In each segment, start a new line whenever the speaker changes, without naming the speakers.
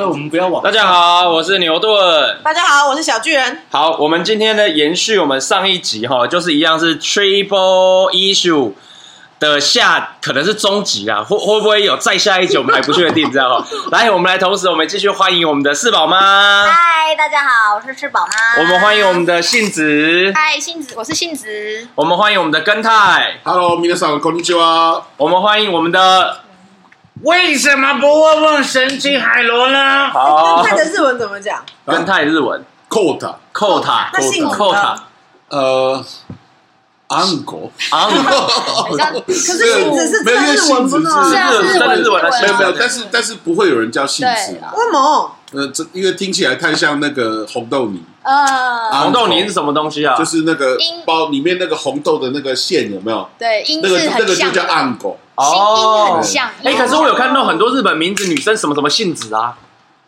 我们不要往
大家好，我是牛顿。
大家好，我是小巨人。
好，我们今天呢延续我们上一集哈，就是一样是 Triple Issue 的下，可能是终极啦，会会不会有再下一集，我们还不确定，知道哈。来，我们来同时我们继续欢迎我们的四宝妈，
嗨，大家好，我是吃饱妈。
啊我们欢迎我们的杏子，
嗨，杏子，我是杏子。
我们欢迎我们的根太，
Hello，皆さんこんにちは。
我们欢迎我们的
为什么不问问神奇海螺呢？
好
看的日文怎么讲？
根太日文
コータ，
扣塔
那杏子呢
扣塔
呃，あんこ，
昂，
你知道
可
是杏子是
没有因为
真日文
杏子
不是吗
是
是
啊
日
日
文
文
日文的
日文
没有没有，
对
但是但是不会有人叫杏子
对
啊。
为毛？
呃，这因为听起来太像那个红豆泥，
呃，
红豆泥是什么东西啊？
就是那个
因
包里面那个红豆的那个馅有没有？
对，音
那个
是
那
很
个就
像
叫
的，
あんこ，
心音很像。
哎、可是我有看到很多日本名字，女生什么什么杏子啊，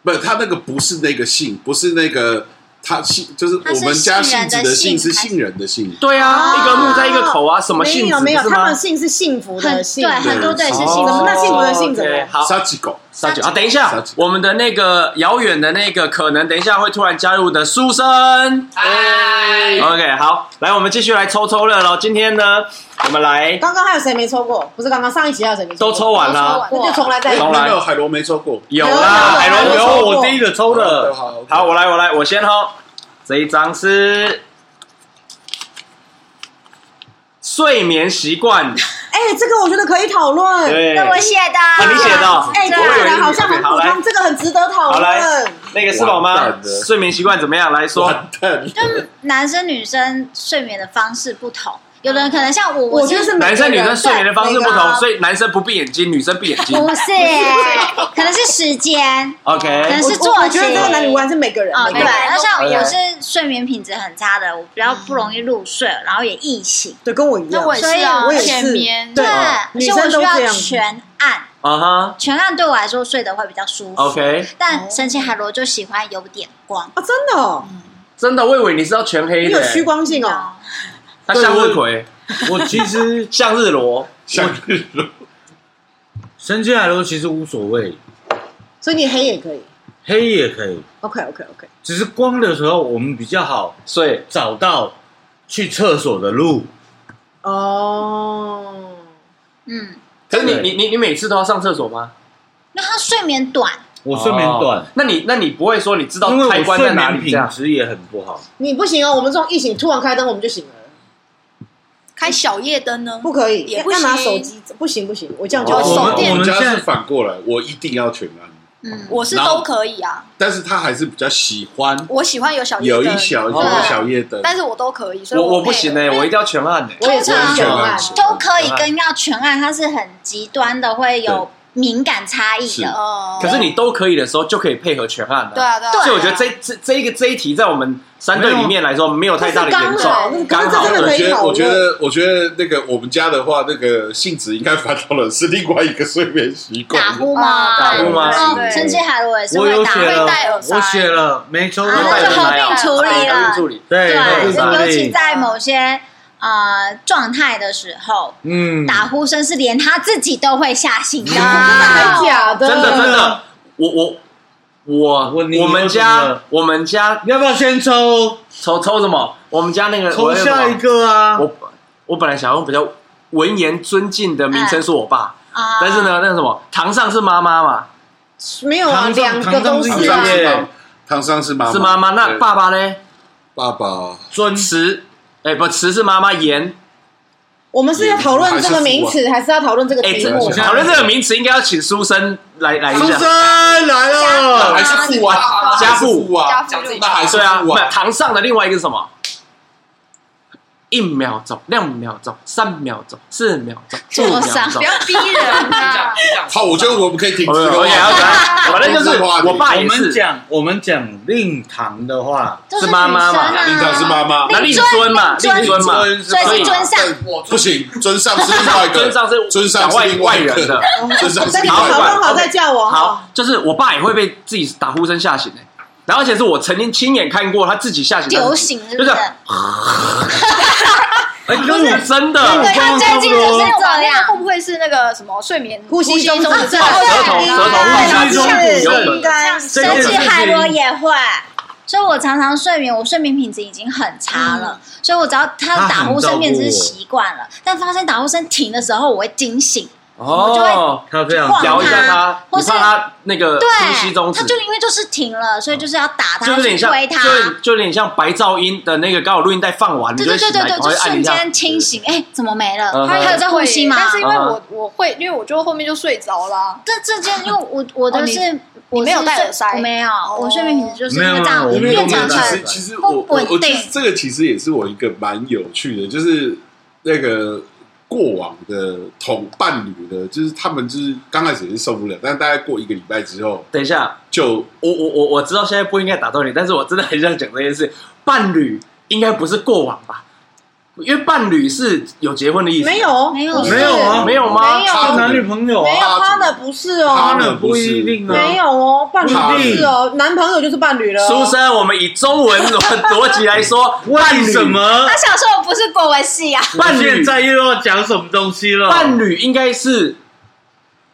不，它那个不是那个杏，不是那个它杏，就是
它是
我们家
杏
杏
仁
子
的
的
杏
杏是
还是
杏仁的杏。
对啊，
哦
一个木在一个口啊，什么
没
杏
有
子
没有，
是
他
吗
们？姓是幸福
很
的幸，
对，很多对是
哦
杏
怎
子
么。那幸福的幸
OK，
怎么
好，
沙棘狗，
沙九啊，等一下
沙棘，
我们的那个遥远的那个，可能等一下会突然加入的书生。
哎，
OK，好，来，我们继续来抽抽乐喽。今天呢，我们来
刚刚还有谁没抽过？不是刚刚上一集还有谁没抽？
都抽，完了，
那就重来再
哎
重
来。
来
那个海螺没抽过，
有
有
啦，
有
海龙
有
有
有
我第一个抽的。
好好，OK
好，我来，我来，我先抽。这一张是睡眠习惯，
哎，这个我觉得可以讨论。
对，
那我写的，
啊你写的哦
哎，
对
看起来好像
我以为你
很
好
普
来
通，这个很值得讨
好来
论。
那个四宝妈
完蛋了
睡眠习惯怎么样？来说，
完蛋了。
就是男生女生睡眠的方式不同，有的人可能像我，我
觉得是每个
男
人
生女生睡眠的方式不
对每个
同，
啊
所以男生不闭眼睛，女生闭眼 睛。
不是， 可能是时间。
OK，
但
我
是作息
我我觉得这个男女关是每个人
啊，
每
对，
个人
那像
对
我是睡眠品质很差的，我比较不容易入睡，然后也易醒。
对，跟我一样。
那我也是啊，
我也是
浅眠，
对
而
女
且
生
我需
都这
要
样
全暗，
啊哈
全暗对我来说睡得会比较舒服。
，OK，
但神奇海螺就喜欢有点光，
啊，真的哦，
真的，我以为你是要全黑
你
的欸
有，虚光
你
性
知
哦。
啊
道
他向日葵，
我其实
向日螺，
像日落
神奇海螺其实无所谓，
所以你黑也可以。
黑也可以，
OK OK OK，
只是光的时候我们比较好
睡
找到去厕所的路。
哦，
嗯，
可是你你你你每次都要上厕所吗？
因为它睡眠短，
我睡眠短
哦，，那你那你不会说你知道
因为
开
我
关
睡
在哪
眠
里这
品
样？
质也很不好。
你不行哦，我们这种一醒突然开灯我们就醒了，
开小夜灯呢？
不可以，
也不
要拿
行
手机，不行不行，我这样就
哦
不行
手
我们
电
我们
现
家
在
是反过来，我一定要全安，
嗯，
我是都可以啊，
但是他还是比较喜欢
我喜欢有小夜
有
灯，
一小有一小夜灯，
但是我都可以，所以
我我
配
不行
了
哎，我一定要全暗哎。
我也是
通常
一样啊
全
都可以跟要全暗，它是很极端的，会有敏感差异
是
的。
哦，
可是你都可以的时候，就可以配合全暗
对
了。
啊对啊，
所以我
对
觉
啊
得这这这一个这一题在我们三队里面来说，没有太大的严重
这是刚好这是，
刚好
这真的
我
可以
觉得，
讨论
我觉得，我觉得那个我们家的话，那个性质应该反倒了，是另外一个睡眠习惯。
打呼吗？
啊
打呼吗
哦，神奇海螺也是
我
会
有
打
写
呼。
了
会戴耳，塞
我写了没抽
啊，
到，
那就合
来啊
并处理
合并
了。
助理。
对，
对，
合并
尤其
处理
在某些呃状态的时候，
嗯
打呼声是连他自己都会吓醒的。
真的
嗯
假的？
啊
真的真的，我我我
我你
我们
有什
家
么
我们家
你要不要先抽？
抽抽什么？我们家那个
抽下一，个啊！
我有什么我我本来想用比较文言尊敬的名称说我爸，
嗯啊
但是，呢，那个什么堂上是妈妈嘛，
没有啊，
唐僧
两个都
唐僧
是
汤
啊
桑
自己。
是
耶
妈，汤桑是妈妈，
是妈妈，那
对
爸爸嘞？
爸爸
尊
慈，哎不，慈是妈妈，言，
我们是要讨论这个名词，还是要讨论这个
哎，
题
这
目？
讨论这个名词应该要请书生来来一
出
下
生，来
还
了，
是父啊，
家父
还是父
家
啊
父，讲自己
那还是
对啊，
父
不
啊，
堂上的另外一个是什么？一秒钟，两秒钟，三秒钟，四秒钟，五秒
桌上
钟
不，要逼人啊，
好，我觉得我们可以停止
我
这
有
个
我
话
也 要
题。
讲，反正就是我爸
我
也
们
是，
讲我们讲令堂的话，
都
是
女
妈
生
妈嘛
啊
令堂是妈妈，
那令尊嘛，令尊嘛，
所以是尊上。
不行，尊上是另外一 个，
尊上是
尊上
讲外
是另
外
外一个
人的。
哦
尊上是
等你
另
们
外一
讨
个。
论好再叫我哈。
好，就是我爸也会被自己打呼声吓醒的，欸然后而且是我曾经亲眼看过他自己吓醒，
酒醒是
就
不
是哎
是？
哎，跟
真
对
的，
他最近就是这
那我
样
会不会
会是那个什么睡眠
呼吸中
中
止症
哦
舌头
对
舌头呼吸中止有可
应
能。
该
这
甚
件事
至
情
害我也会。所以我常常睡眠，我睡眠品质已经很差了，
嗯
所以我只要他打呼声变成是习惯了，但发现打呼声停的时候，我会惊醒，就
哦
会，
他这样
晃
摇一下他，
或
你
是
怕他那 个呼吸
对，
中止
他，就因为就是停了，所以就是要打
就
他，
有点
去
像，
推
就有
他，
就有点像白噪音的那个刚好录音带放完，你
对
就
对
会醒来，
对对
然
对，就
后按
瞬
一下。
间清醒，哎，怎么没
嗯
了？
哼
他还有在呼吸吗？
呃但是因为
啊
我我会，因为我就后面就睡着啦。
这这件，因为我我的
哦
是，
你
我
没有
是
戴
睡
耳塞
我没有，我睡眠品质就是
没有
因为这样
没有
因为
我
我
变
没有
成
其
戴耳
实
成
塞
其实
不
我我我
稳
其
定
实这个其实也是我一个蛮有趣的，就是那个过往的同伴侣的，就是他们就是刚开始也是受不了，但大概过一个礼拜之后
等一下，
就
我我我我知道现在不应该打断你，但是我真的很想讲这件事。伴侣应该不是过往吧？因为伴侣是有结婚的意思，
没有
没有
不是
没有啊
没有吗？
没有
他
他
们
男女朋友
没有
啊，
他的不是
他
哦，
的不
不
是
一定啊
没有哦，伴侣
他
不
的
是哦，男朋友就是伴侣了哦。
书生，我们以中文逻逻辑来 说，伴
为
侣
什么？
他小时候不是国文系啊，
伴侣
现在又要讲什么东西了？
伴侣应该是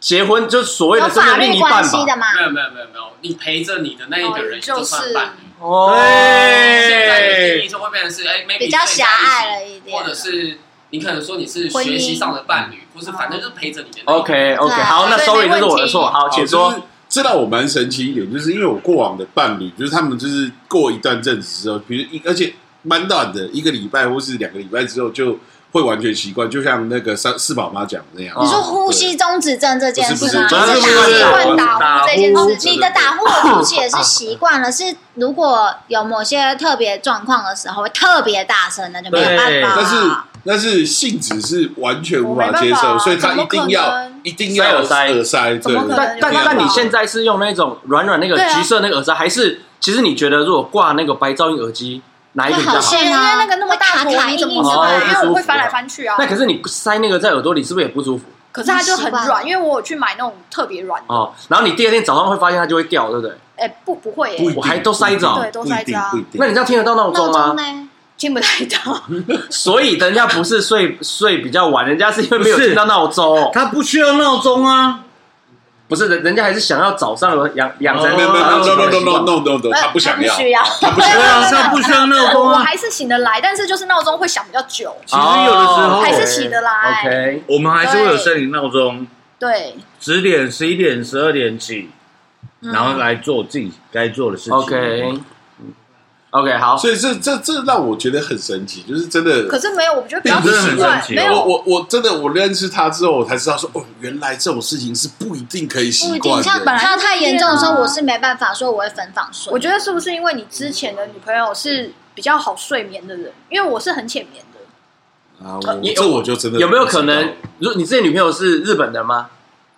结婚，就是所谓
有
的真
法
的另
律
一
关
半
系
吧？
的嘛？
没有没有没有没有，你陪着你的那一个人
哦就是
也算伴侣。
哦
现在的定
对
义就会变成是，哎，maybe
嗯比较狭隘了
睡在一起
一
或
点嗯
者。是你可能说你是学习上的伴侣，或是反正就是陪着你的那一个人。
OK OK，
对
好，那
所以
sorry，
没
这是
问
我的
题
错。好，请
就
说
是。这让我蛮神奇一点，就是因为我过往的伴侣，就是他们就是过一段阵子之后，比如一而且蛮短的，一个礼拜或是两个礼拜之后就会完全习惯，就像那个三四宝妈讲的那样。
哦
你说呼吸中止症这件事吗？
是
不
不是
就
不是
习
不是
惯打
打
呼这件
呼
事，你的打呼我估计也是习惯了。是如果有某些特别状况的时候，会特别大声，那就没有办法
但是
了。
但是性质是完全无法
啊我没
接
办法
受，
啊
所以他一定
怎么
要
可能
一定要
塞耳塞
耳塞，对
怎么可能
但但
有办法
但你现在是用那种软软那个
对啊
橘色那个耳塞，还是其实你觉得如果挂那个白噪音耳机，哪一个比较
就好
好
像？
因为那个那么大坨，你怎么知道
哦不
啊？
舒
因
服啊
为我会翻来翻去啊。
那可是你塞那个在耳朵里，是不是也不舒服？
可是它就很
习惯
软，因为我有去买那种特别软的。
哦，然后你第二天早上会发现它就会掉，对不对？
哎，不不会
不一
耶，
定
我还都塞着哦
不一定
对都塞着啊
不一定。
那你这样听得到闹
闹
钟
钟
吗？
呢？
听不太到。
所以人家不是睡 睡比较晚，人家是因为没有
不是
听到闹钟，
他不需要闹钟啊，
不是人人家还是想要早上有养养成
哦
没有没有
早上
no
有
no
习
no
惯
no no no no，他不想要，
呃需要。
他不想
对
要。
啊，他不需要闹钟
我
啊。
还是醒得来，但是就是闹钟会响比较久。
其实有的时候
哦
还是起得来
OK，
我们还是会有生理闹钟，
对，
十点、十一点、十二点起，然后来做自己该做的事情。
OK，OK，好，
所以这这这让我觉得很神奇，就是真的。
可是没有，我觉得比较
并不是
奇怪
很神，奇哦
没
我
有。
我我真的我认识他之后，我才知道说哦，原来这种事情是不一定可以
不
习
一定，
惯
像
的。
他太严重的时候，我是没办法说我会分房睡。
我觉得是不是因为你之前的女朋友是比较好睡眠的人？因为我是很浅眠的，
啊，我
也
这我就真的
有没有
不知道
可能？如果你之前女朋友是日本人吗？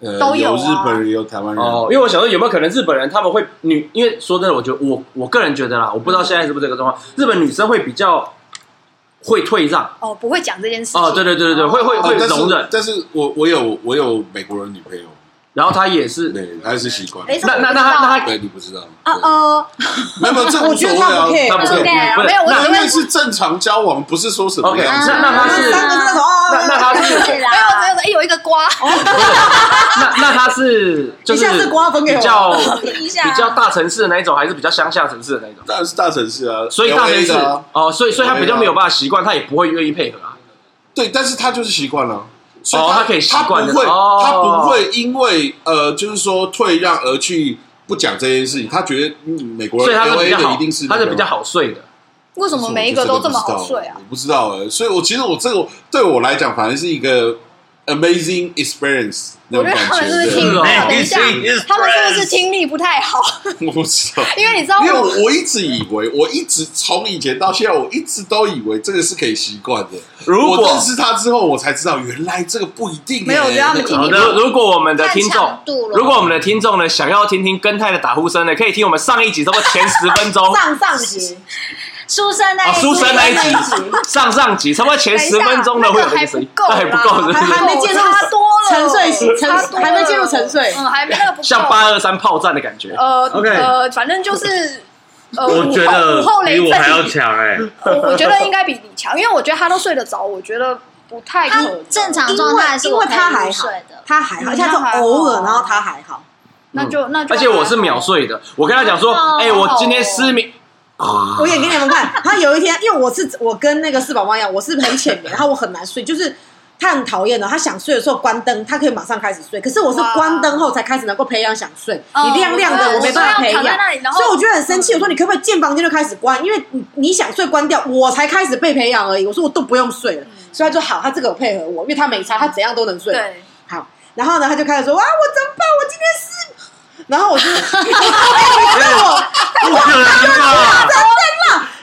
呃
都有啊
有日本人，有台湾人，
哦，因为我想说有没有可能日本人他们会女，因为说真的，我觉得我我个人觉得啦，我不
嗯
知道现在是不是这个状况，日本女生会比较会退让。
哦，不会讲这件事情。
哦，对对对对对，会会
哦
会
但
容
是
忍，
但是我我有我有美国人女朋友，
然后她也是，
对，她是习惯。
诶这
那
我
那那
不知道
她那她
对，你不知道。
啊哦，
没有，没有，这无所谓
我觉得
啊，
他
她不是
不 care
不是
没有我
那
因为是正常交往，不是说什么
OK，
样
那
子。
那她是
三个那种啊
那那她 是
是
没有
啦
没，有，哎，有一个瓜，
那那她是就
你
是
下次瓜分给
比
我，
较
一下
比较大城市的那一种，还是比较乡下城市的那一种？
当然是大城市啊，
所以大城
LA
市
的啊
哦，所以所以她比较没有办法习惯，她也不会愿意配合啊。
对，但是他就是习惯了。所
哦
他
他可以习惯
他
的
不会，
哦
他不会因为呃，就是说退让而去不讲这件事情。他觉得嗯美国
所以
人
她是
L
比
A
较
的
好
一定是，
她
那
是
个
比较好睡的。
为什么每一个都这么好睡啊
我？不知道哎、所以我其实我这个对我来讲，反而是一个 amazing experience 那
我
种
觉得
感
他们是不是
觉。
听
是哦
力？
哎
等一下
this is，
他们是不是听力不太好？
对我不知道，
因为你知道
因为
我
我我一直以为，我一直从以前到现在，我一直都以为这个是可以习惯的。
如
我认
果
识他之后，我才知道原来这个不一定、欸。
没有我觉得他们听
好
力不
的，
好。
如果我们的听
看
众
强度，了
如果我们的听众呢想要听听跟泰的打呼声呢，可以听我们上一集，差不多前十分钟
上上集，
书生那
啊，
一
书生那一集
那一集，
上上集，差不多前哎十分钟呢
等
会
一
有
下
这个声音，那
那
还
还
不
不
够，是
够啦
不
还还
是？
没进入
差多了，
沉睡型，沉
差多了
还没进入沉睡。
嗯，还没那个不够
像八二三炮战的感觉。
呃
OK
呃，反正就是 呃，
我觉
午后午后
得比
雷
我还要
阵雨，
强哎、
我我觉得应该比你强，因为我觉得他都睡得着，我觉得不太可
他
能。
正常状态是
因为
我
因为他
可以
还
入
好
睡的，
他还好，
嗯
而且他是偶尔，
他还好
然后他还好，
那就那
嗯
就，
而且我是秒。睡的。我跟他讲说
真的哦，
哎，我今天失眠，
我演给你们看，他有一天，因为我是我跟那个四宝妈一样，我是很浅眠，然后我很难睡，就是他很讨厌的，他想睡的时候关灯，他可以马上开始睡，可是我是
哇
关灯后才开始能够培养想睡，
哦
你亮亮的我没办法培
我
养
知道躺在那里然，后
所以我觉得很生气，我说你可不可以进房间就开始关，因为你你想睡关掉，我才开始被培养而已，我说我都不用睡
嗯
了，所以他就好，他这个有配合我，因为他没差，他怎样都能睡，
对，
好，然后呢他就开始说哇我怎么办，我今天是。然后我就， 我
不可能吧？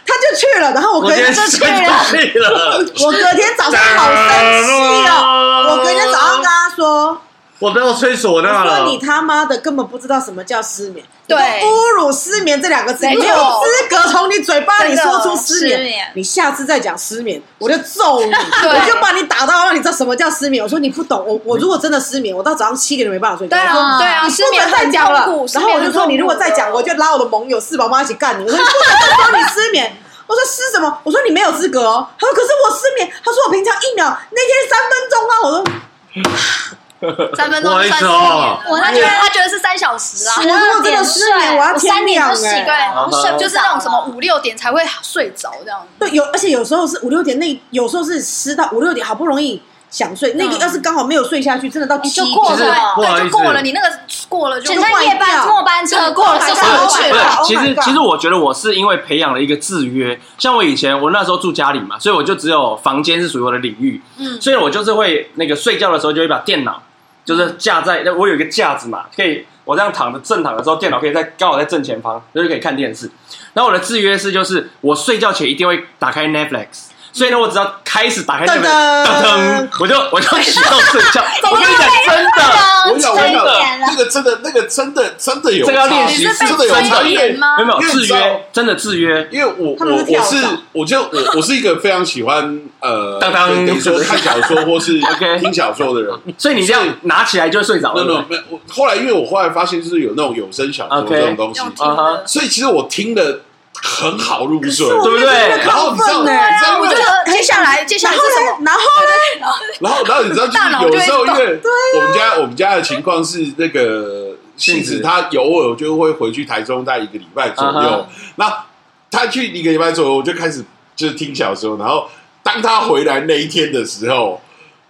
他就去了，然后我
我
隔
今
天
天
就
生
去了，
气了，
我隔天早上好生气哦！我隔天早上跟他说，
我被我吹唢
我
呐
说
了。
你他妈的根本不知道什么叫失眠，
对
你就侮辱失眠这两个字，
没
你
错
没有资格从你嘴巴里说出失
真的失眠
眠，你下次再讲失眠，我就揍 你，我就把你打到让你知道什么叫失眠。我说你不懂，我我如果真的失眠，我到早上七点都没办法睡觉。
对
我说
啊，对啊，失
不
眠
能再
很
讲
痛
了
苦。。
然后我就说，你如果再讲，我就拉我的盟友四宝妈一起干你。我说你不能再说你失眠。我说失什么？我说你没有资格哦。他说可是我失眠。他说我平常一秒那天三分钟啊。我说
三分钟
不好意
算
思
失
哦
眠，我他觉得他觉得是三小时啊，
我如果真的失眠我要
我三点就
天亮
醒
欸
对
啊
了，我睡不着了
就是那种什么五六点才会睡着这样。
对，有而且有时候是五六点那，有时候是湿到五六点，好不容易想睡。那个要是刚好没有睡下去，真的到
嗯你
七
就过
其实
了。
不好意
对，就
思
过哦了，你那个过了就
就像夜班末班车过 了就
我
上
去
去
不是
了
了，，
Oh my
其实
God
其实我觉得我是因为培养了一个制约，像我以前我那时候住家里嘛，所以我就只有房间是属于我的领域，嗯，所以我就是会那个睡觉的时候就会把电脑就是架在，我有一个架子嘛，可以我这样躺着正躺的时候，电脑可以在刚好在正前方，就是可以看电视。然后我的制约是就是我睡觉前一定会打开 Netflix。所以呢，我只要开始打开
噔
Netflix，
噔
噔噔，我就我就启动睡觉。
啊
我跟你讲，真的，
哦
我想
到
问
一
到
点了
那。个真的，那个真的真的有
这个要
差
练习
你是被真的有
催
差
眠
别
吗
没有没有
因为你
制
知道
约，真的制约。
因为我
他们
我
是跳
我是
蚤
我就我我是一个非常喜欢呃，
当当
比如说看小说或是
OK
听小说 的人。
所以你这样拿起来就会睡着
没
了。
有没有没有，我后来因为我后来发现就是有那种有声小说
OK
这种东西，
用听
啊哈
的，
所以其实我听的很好入睡。
我
对不
越听
对
越
然后
亢
你知道，
奋
你
呢。
知道
啊我觉
那个，
得接下来接下
然
来
后
是什么？
呢？然后呢？
然后然后你知道，
大脑
就是有时候
就
因
会啊
为我们家我们家的情况是那个杏子，她偶尔就会回去台中待一个礼拜左
啊
右。那她去一个礼拜左右，我就开始就是听小说。然后当她回来那一天的时候，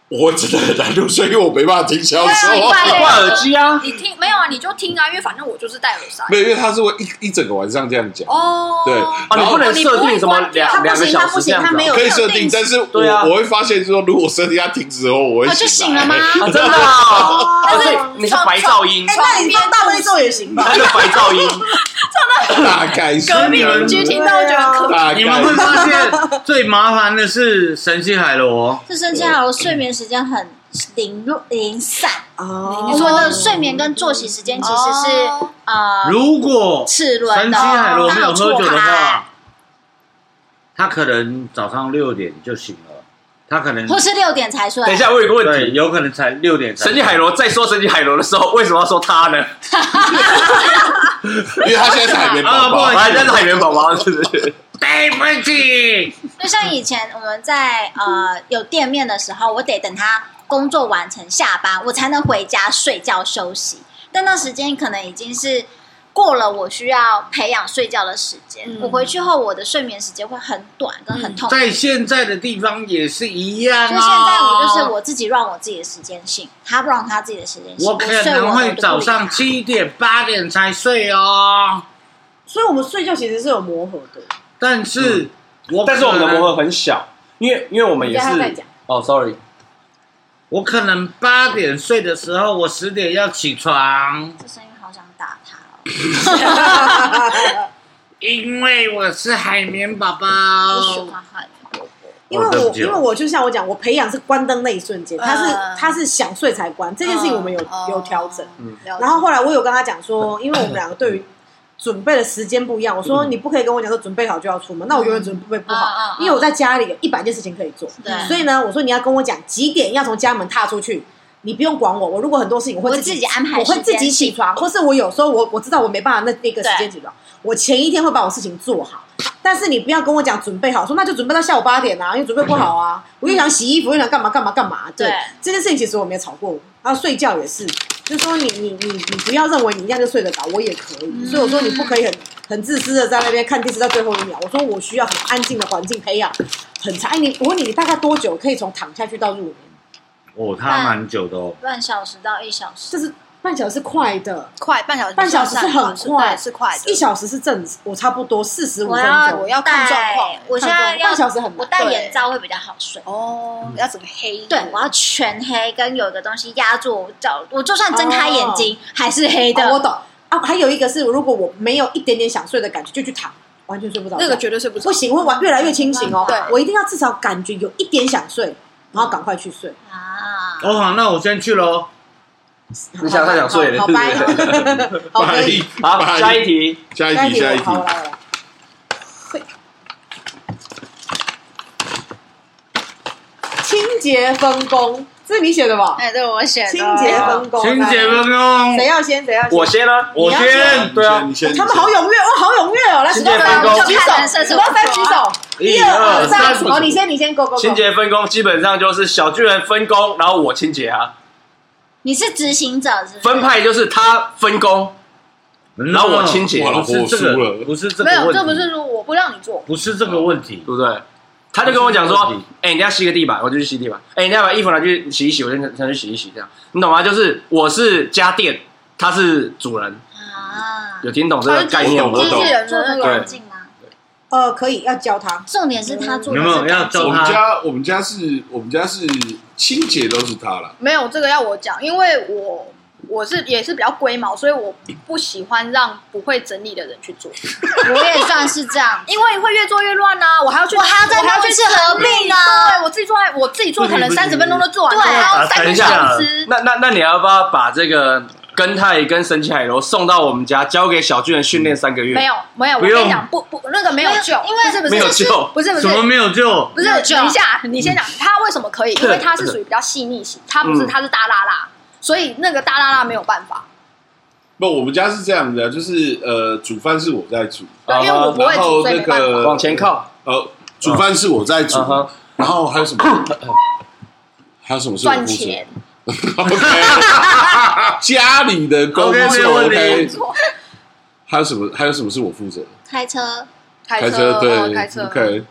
我真的很难入睡，因为我没办法听小
对啊你
说。
半夜
挂耳机啊，
你听没有啊？你就听啊，因为反正我就是戴耳塞。
没有，因为她是会一一整个晚上这样讲。
哦，
对
啊，你不能设定什么
他
两
不
两个
行，
小
他不
时这样
行，他
子
没有
啊。
可以设
设
定，
定
但是我
对啊
我会发现说，如果设定要停止后，我会
哦就醒
来
了吗？
啊真的啊，
但是
所以你是白噪音
哎，，那你放大悲咒也行吧？
那就白噪 音。
大概是
隔壁邻居听到觉得可怕。
大概
你们会发现最麻烦的是神奇海螺，
就甚至还有睡眠时间很零落零散，
哦
我们的睡眠跟作息时间其实是
哦
呃
如果
齿轮
神
的
奇海螺没有
到
喝
处
酒的啊
爬，
话，他可能早上六点就醒了，他可能
或是六点才睡。
等一下，我有个问
对，
题。
有可能才六点才。
神奇海螺在说神奇海螺的时候，为什么要说他呢？
因为他现在是海绵
啊
宝
不好
宝
意，思
啊，人家是海绵宝宝，是不是？
对不起，
就像以前我们在呃有店面的时候，我得等他工作完成下班，我才能回家睡觉休息。但那时间可能已经是过了我需要培养睡觉的时间。
嗯
我回去后，我的睡眠时间会很短跟很痛苦。
嗯在现在的地方也是一样
所以
啊。
现在我就是我自己让我自己的时间性，他不让他自己的时间性。
我可能会早上
七，
七点八点才睡哦，
所以我们睡觉其实是有磨合的。
但是我
但是我们的
可能
磨合很小，因为因为我们也
你跟他在
是
讲
哦，sorry，
我可能八点睡的时候，我十点要起床，
这声音好想打他哦。
因为我是海绵宝宝。
我喜欢他，
因为
哦对
我
不起
因为我就像我讲，我培养是关灯那一瞬间，他是
嗯
他是想睡才关，这件事情我们有有调整。
嗯，
然后后来我有跟他讲说， 因为我们两个对于准备的时间不一样，我说
嗯
你不可以跟我讲说准备好就要出门，那我永远准备不
嗯嗯
好，
嗯
因为我在家里有一百件事情可以做，
对
所以呢，我说你要跟我讲几点要从家门踏出去。你不用管我，我如果很多事情我会
我
自己
自己安排
我会
时
自
间
己起床，或是我有时候我我知道我没办法那那个时间起床，我前一天会把我事情做好，但是你不要跟我讲准备好，说那就准备到下午八点啊，因为准备不好
嗯
啊，我又想洗衣服，又想干嘛干嘛干嘛。对
对
这件事情，其实我们也吵过，然后睡觉也是，就是说你你你你不要认为你一样就睡得着，我也可以。
嗯
所以我说你不可以很很自私的在那边看电视到最后一秒。我说我需要很安静的环境培养很长。哎，你我问你，你大概多久可以从躺下去到入眠？
哦，他蛮久的哦。
半小时到一小时，
这是半小时是快的，
快半小时，
半小时是很快，
对是快的。
一小时是正，我差不多四十五
我
分
要
钟。
我要看状况
戴我现在要
半小时很
我
难。
戴眼罩会比较好睡。
哦，要整个黑的，
对，我要全黑，跟有一个东西压住我脚，我就算睁开眼睛、还是黑的。
哦我懂啊。还有一个是，如果我没有一点点想睡的感觉，就去躺，完全睡不着觉。
那个绝对睡不着嗯
不。行，会晚越来越清醒哦。
对
我一定要至少感觉有一点想睡，然后赶快去睡。
啊，
哦，好，那我先去喽。
你想太想睡了
好好掰，
对不
好 可以。
好，
拜
下一题，
下一题，下一题
好，，我来我来。清洁分工，这是你写的吧？
哎，对我选的
清洁分工，
清洁
来
分工
谁，要先？谁要先？
我先啊，
我
你要
先。
对啊
你先，你先
他们好踊跃，哇，好踊跃哦！来，
清
数
洁
到
分
三
工
举
看人
手，
设
数到三举手，
一
二三，好，你
先。
先，你先，go go go。
清洁分工基本上就是小巨人分工，然后我清洁啊。
你是执行者是不是？
分派就是他分工，然后我清洁
哇
不是这
我输了
个，不是这个
没有，
问题
这不是说我不让你做，
不是这个问题。
对不对？他就跟我讲说
我是没问题：“
哎、你要洗个地板，我就去洗地板；哎、你要把衣服拿去洗一洗，我就拿去洗一洗。”这样，你懂吗？就是我是家电，他是主人，
啊，
有听懂这个概念吗？
我
机
懂
器人
做
的那
的
个
干净吗？
呃，可以，要教他。
重点是他做的
有没有
是干
要
净
照
我
他
们家我们家是我们家是清洁都是他了，
没有这个要我讲，因为我我是也是比较龟毛，所以我不喜欢让不会整理的人去做，。
我也算是这样
因为会越做越乱啊呐、我还要去，
我还要再
我还要去
弄一次合
整理
并啊
对我自己做还，我自己做可能
不行不行
三十分钟就做完，
对
我还要三
等
个
一下
小时。
那那那你要不要把这个根泰跟神奇海螺送到我们家，交给小巨人训练三个月？
没有没有，我
不
跟
用
你讲，不不，那个没有
没有
救，
因为
不是不是
没有救
不是不是
什么没有救？
不是，
没有
等
救
一下，你先讲
嗯
他为什么可以，因为
对
他是属于比较细腻型，他不是
嗯
他是大拉拉，所以那个大拉拉没有办法，
不，我们家是这样的，就是呃，煮饭是我在煮，
对，因为我不会
啊然
煮，
后
所以
那
没办法。
个
往前靠，
呃，煮饭是我在煮
嗯哼，
然后还有什么？还有什么是我
赚
负责
钱，
？OK，家 里的工
OK，
作
没有问题
OK，还有什么？还有什么是我负责？
开车，
开
开车
哦
对，
开车，
OK。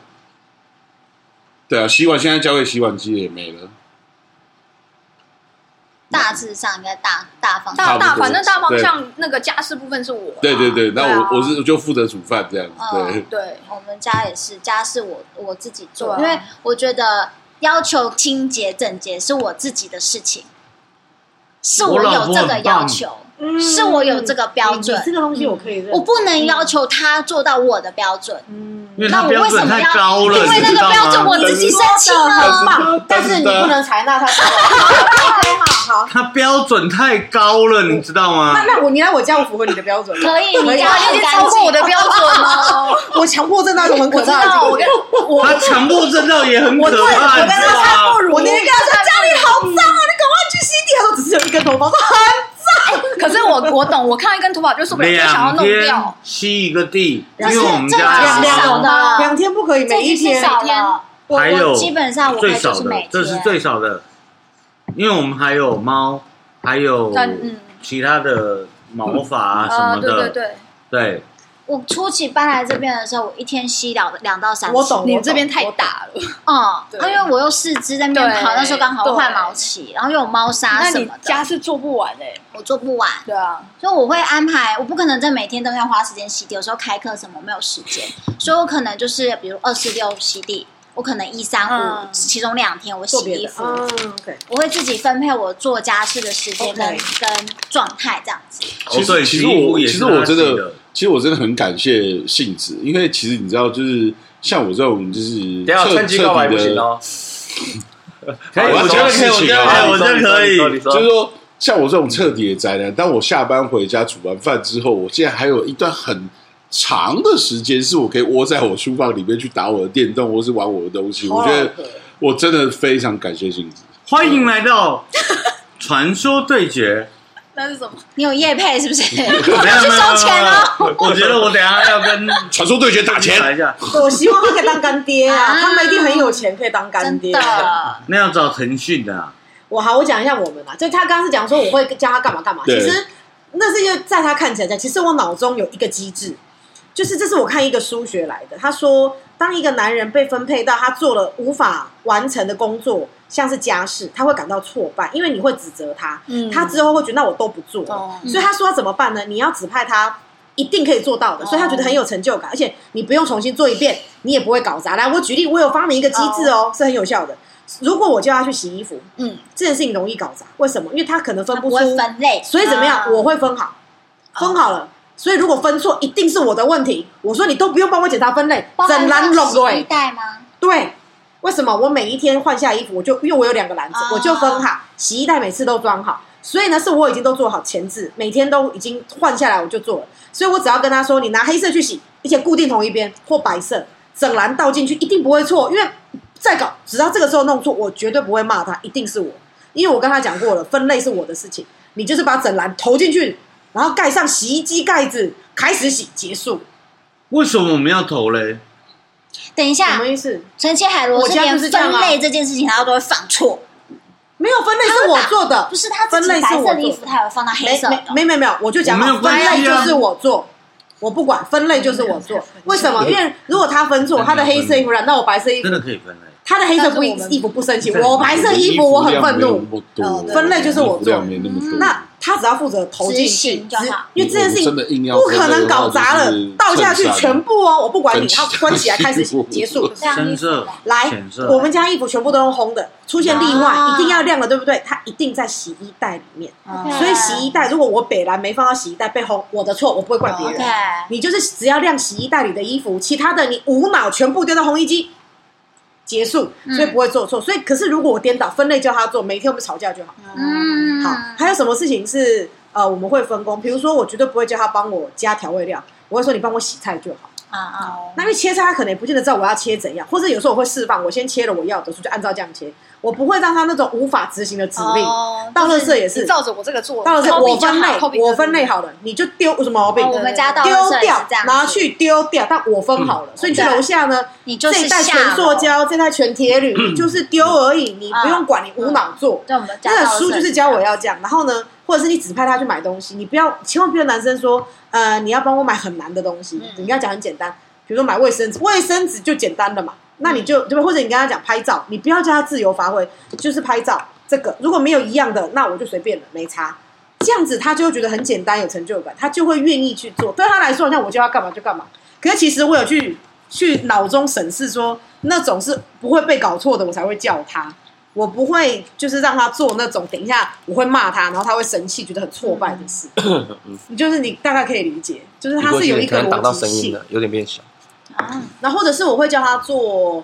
对啊，洗碗现在交给洗碗机也没了，
大致上应该大大方向。
大
差
大
不多
反正大方向那个家事部分是我啦，
对对对，那我、
对啊
我是就负责煮饭这样子，
嗯
对，
对，
我们家也是，家是我我自己做，因
对啊
为我觉得要求清洁整洁是我自己的事情，是
我老
有
婆
这个
很
要
棒
求，嗯
嗯
是我有这个标
你你这
准，
个东西我可以认，
我不能要求他做到我的标准。
嗯
因为
那
他
我
标准太高了，
为什么要
你知道
因为那个标准我
吗？
自己生气了
了，但是你嗯不能采纳他。好，好，
他标准太高了，你知道吗
那？那我你来我家，我符合你的标准吗。
可以，你家
已
很
经
干
啊超过我的
净。
标准了。
我强迫症那种很
我
可
知
怕的
道，
经
我
历
跟我
他强迫症到也很
我对
可怕，
我
你
跟
知
他
道
差不
吗？
如，我那天跟他说家里好脏啊，你赶快去洗地。他说只是有一根头发，我说很
可是我我懂，我看一根头发就受不了，就想要
两
弄
天
掉。
吸一个地，因
但是
为我们
这
家
个是少的，
两天不可以，每一
这
天
是少的。我
还有
我基本上我
最
还就
少
是
的
每，
这
天，
是最少的，因为我们还有猫，还有
但嗯
其他的毛发啊
嗯
什
啊，
么
对对
的，
对，
对，哦
我初期搬来这边的时候，我一天吸两两到三次。
我懂，
你
我懂
这边太，大了。
哦，
对
啊因为我用四肢在那边跑，
对
那时候刚好换毛期，然后又有猫砂
那
啊什
你
么
家
的，
事做不完哎。
我做不完，
对啊，
所以我会安排，我不可能在每天都要花时间洗地，有时候开课什么我没有时间，所以我可能就是比如二四六洗地，我可能一三五
嗯
其中两天我洗
做别
衣
的。
服，
嗯，OK，
我会自己分配我做家事的时间跟
OK
跟状态这样子。
其
哦对
实其
洗
实
衣
我
服也
其
是
实我
他
真
洗
的
的，
其实我真的很感谢性子，因为其实你知道，就是像我这种就是
等一下
彻彻
趁机告白不
底
行
的，
哦。
可以，
我
我觉
觉
得可以，我
得事
觉
情啊
得可哎以，我
你说
觉得可以
你说你。说
就是说像我这种彻底的宅男，当我下班回家煮完饭之后，我竟然还有一段很长的时间是我可以窝在我书房里面去打我的电动，或是玩我的东西。我觉得我真的非常感谢性子。
欢迎来到传说对决，
那是什么？
你有夜配是 不是？
没有
我去收钱哦。
没有没有我觉得我等一下要跟
传说对决打
打
钱，
一下，
我希望他可以当干爹啊，
啊
他们一定很有钱，可以当干
真
爹。
的，
那要找腾讯的啊，
我好，我讲一下我们啦。就他刚刚是讲说我会教他干嘛干嘛，其
对
实那是因为在他看起来，其实我脑中有一个机制，就是这是我看一个书学来的。他说，当一个男人被分配到他做了无法完成的工作，像是家事，他会感到挫败，因为你会指责他，
嗯
他之后会觉得那我都不做了
哦
所以他说要怎么办呢？你要指派他。一定可以做到的，所以他觉得
哦
很有成就感，而且你不用重新做一遍，你也不会搞砸。来，我举例，我有发明一个机制哦，是很有效的。如果我叫他去洗衣服，
嗯，
这件事情容易搞砸，为什么？因为他可能分
他
呃不
不
出，
会分哦类，嗯
所以怎么样？
啊
我会分好，分好了。所以如果分错，一定是我的问题。我说你都不用帮我检查分类
包，含
整篮拢
上洗
对
衣袋吗？
对。为什么我每一天换下衣服，我就因为我有两个篮子，
啊
我就分好，洗衣袋每次都装好。所以呢，是我已经都做好前置，每天都已经换下来，我就做了。所以我只要跟他说，你拿黑色去洗，而且固定同一边或白色，整篮倒进去一定不会错，因为再搞，只要这个时候弄错，我绝对不会骂他，一定是我，因为我跟他讲过了，分类是我的事情，你就是把整篮投进去，然后盖上洗衣机盖子，开始洗，结束，
为什么我们要投嘞？
等一
什
下
么，意思？
陈切海罗
我
是
家
连
就是这样啊
分类这件事情，他都会放错，
没有分类是我做的，
不是他自
分
己
类是
白
我
色
做
的衣服，
的。
他有放到黑
没
色的。
没没没没有，我就讲
我没有
好分
关系啊
类就是我做，我不管分类就是我做。为什么？因为如果他分错，他的黑色衣服染到我白色衣服
真，的可以分类。
他的黑色不
但是我们
衣服不生气，我白色衣服我很愤怒。，嗯分类就是我做
量没那么多。
那他只要负责投进
执
去，
行就好
因为这件事
如果
情
真的硬要
不可能搞砸了
分类的，话
倒
就是
下去
衬衫
全部哦，我不管你，
分
他
析
关起来开始结束。
这样
深色
来
浅，色
我们家衣服全部都用烘的，出现例外
啊
一定要晾了，对不对？它一定在洗衣袋里面。
哦啊
OK
所以洗衣袋，如果我北蓝没放到洗衣袋被烘，我的错，我不会怪别
哦 OK，
人。你就是只要晾洗衣袋里的衣服，其他的你无脑全部丢到烘衣机，结束，
嗯
所以不会做错。所以，可是如果我颠倒分类叫他做，每天我们吵架就好。
嗯，
好，还有什么事情是呃我们会分工？比如说，我绝对不会叫他帮我加调味料，我会说你帮我洗菜就好。
啊啊，
那因为切菜，他可能也不见得知道我要切怎样，或者有时候我会示范，我先切了我要的，所以就按照这样切，我不会让他那种无法执行的指令。
哦
到垃圾也
你
是，
照着我这个做，
到了是
copy
我
就好
分类
copy，就好
我分类好了，你就丢有什么毛病
哦？我们家到
丢
垃圾也
掉
是这，样，
拿，去丢掉，但我分好了，所以你去楼下呢，
你就
这
是
一袋
下
全
楼嗯
塑，胶，这一袋全铁铝，你就是丢而已，你不用管，你无脑做。
对，我们家
那本
到垃圾
书就是教我要这样，然后呢，或者是你指派他去买东西，你不要千万不要男生说，呃，你要帮我买很难的东西，你跟他讲很简单，比如说买卫生纸，卫生纸就简单的嘛，那你就对吧？或者你跟他讲拍照，你不要叫他自由发挥，就是拍照这个，如果没有一样的，那我就随便了，没差。这样子他就会觉得很简单，有成就感，他就会愿意去做。对他来说，好像我就要干嘛就干嘛。可是其实我有去去脑中审视说，那种是不会被搞错的，我才会叫他。我不会就是让他做那种，等一下我会骂他，然后他会生气，觉得很挫败的事。你就是你大概可以理解，就是他是有一个
可能挡
逻
到
辑
声音
性。
了，有点变小。
啊
然后或者是我会叫他做，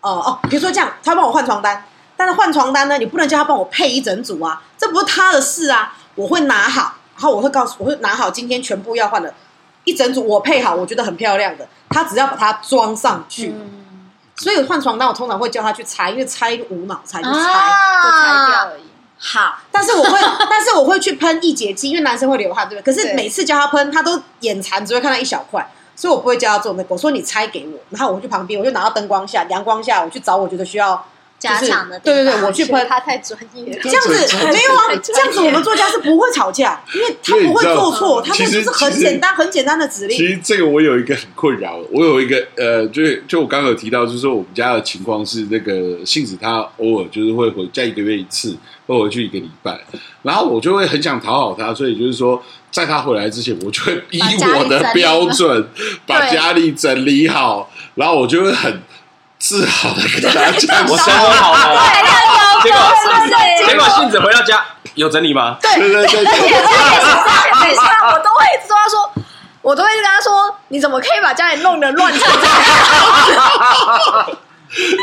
呃哦，比如说这样，他帮我换床单，但是换床单呢，你不能叫他帮我配一整组啊，这不是他的事啊，我会拿好，然后我会告诉，我会拿好今天全部要换的一整组，我配好，我觉得很漂亮的，他只要把它装上去。
嗯
所以换床单，我通常会叫他去拆，因为拆无脑拆就拆。
就拆掉
啊，
而已。
好，
但是我会，但是我会去喷一节肌，因为男生会流汗，对不对？可是
对
每次叫他喷，他都眼馋，只会看到一小块，所以我不会叫他做那个。我说你拆给我，然后我去旁边，我就拿到灯光下、阳光下，我去找我觉得需要就
加
是
强的地
对
方
对对，我去喷。
他太专业了
这。样子没有啊，这样子我们作家是不会吵架，因为他不会做错，他
其
们
实
就是很
其实
简单、很简单的指
其
令。
实这个我有一个很困扰，我有一个呃，就是就我刚刚有提到，就是说我们家的情况是那个杏子她偶尔就是会回家一个月一次，会回去一个礼拜，然后我就会很想讨好她，所以就是说在她回来之前，我就会依我的标准把家里整理好，然后我就会很自豪的跟大家讲，
我生活好了，结果
对
结果杏子回到家有整理吗？
对对对对，
每次啊我都会一直跟他说，我都会跟他说，你怎么可以把家里弄得乱七八糟，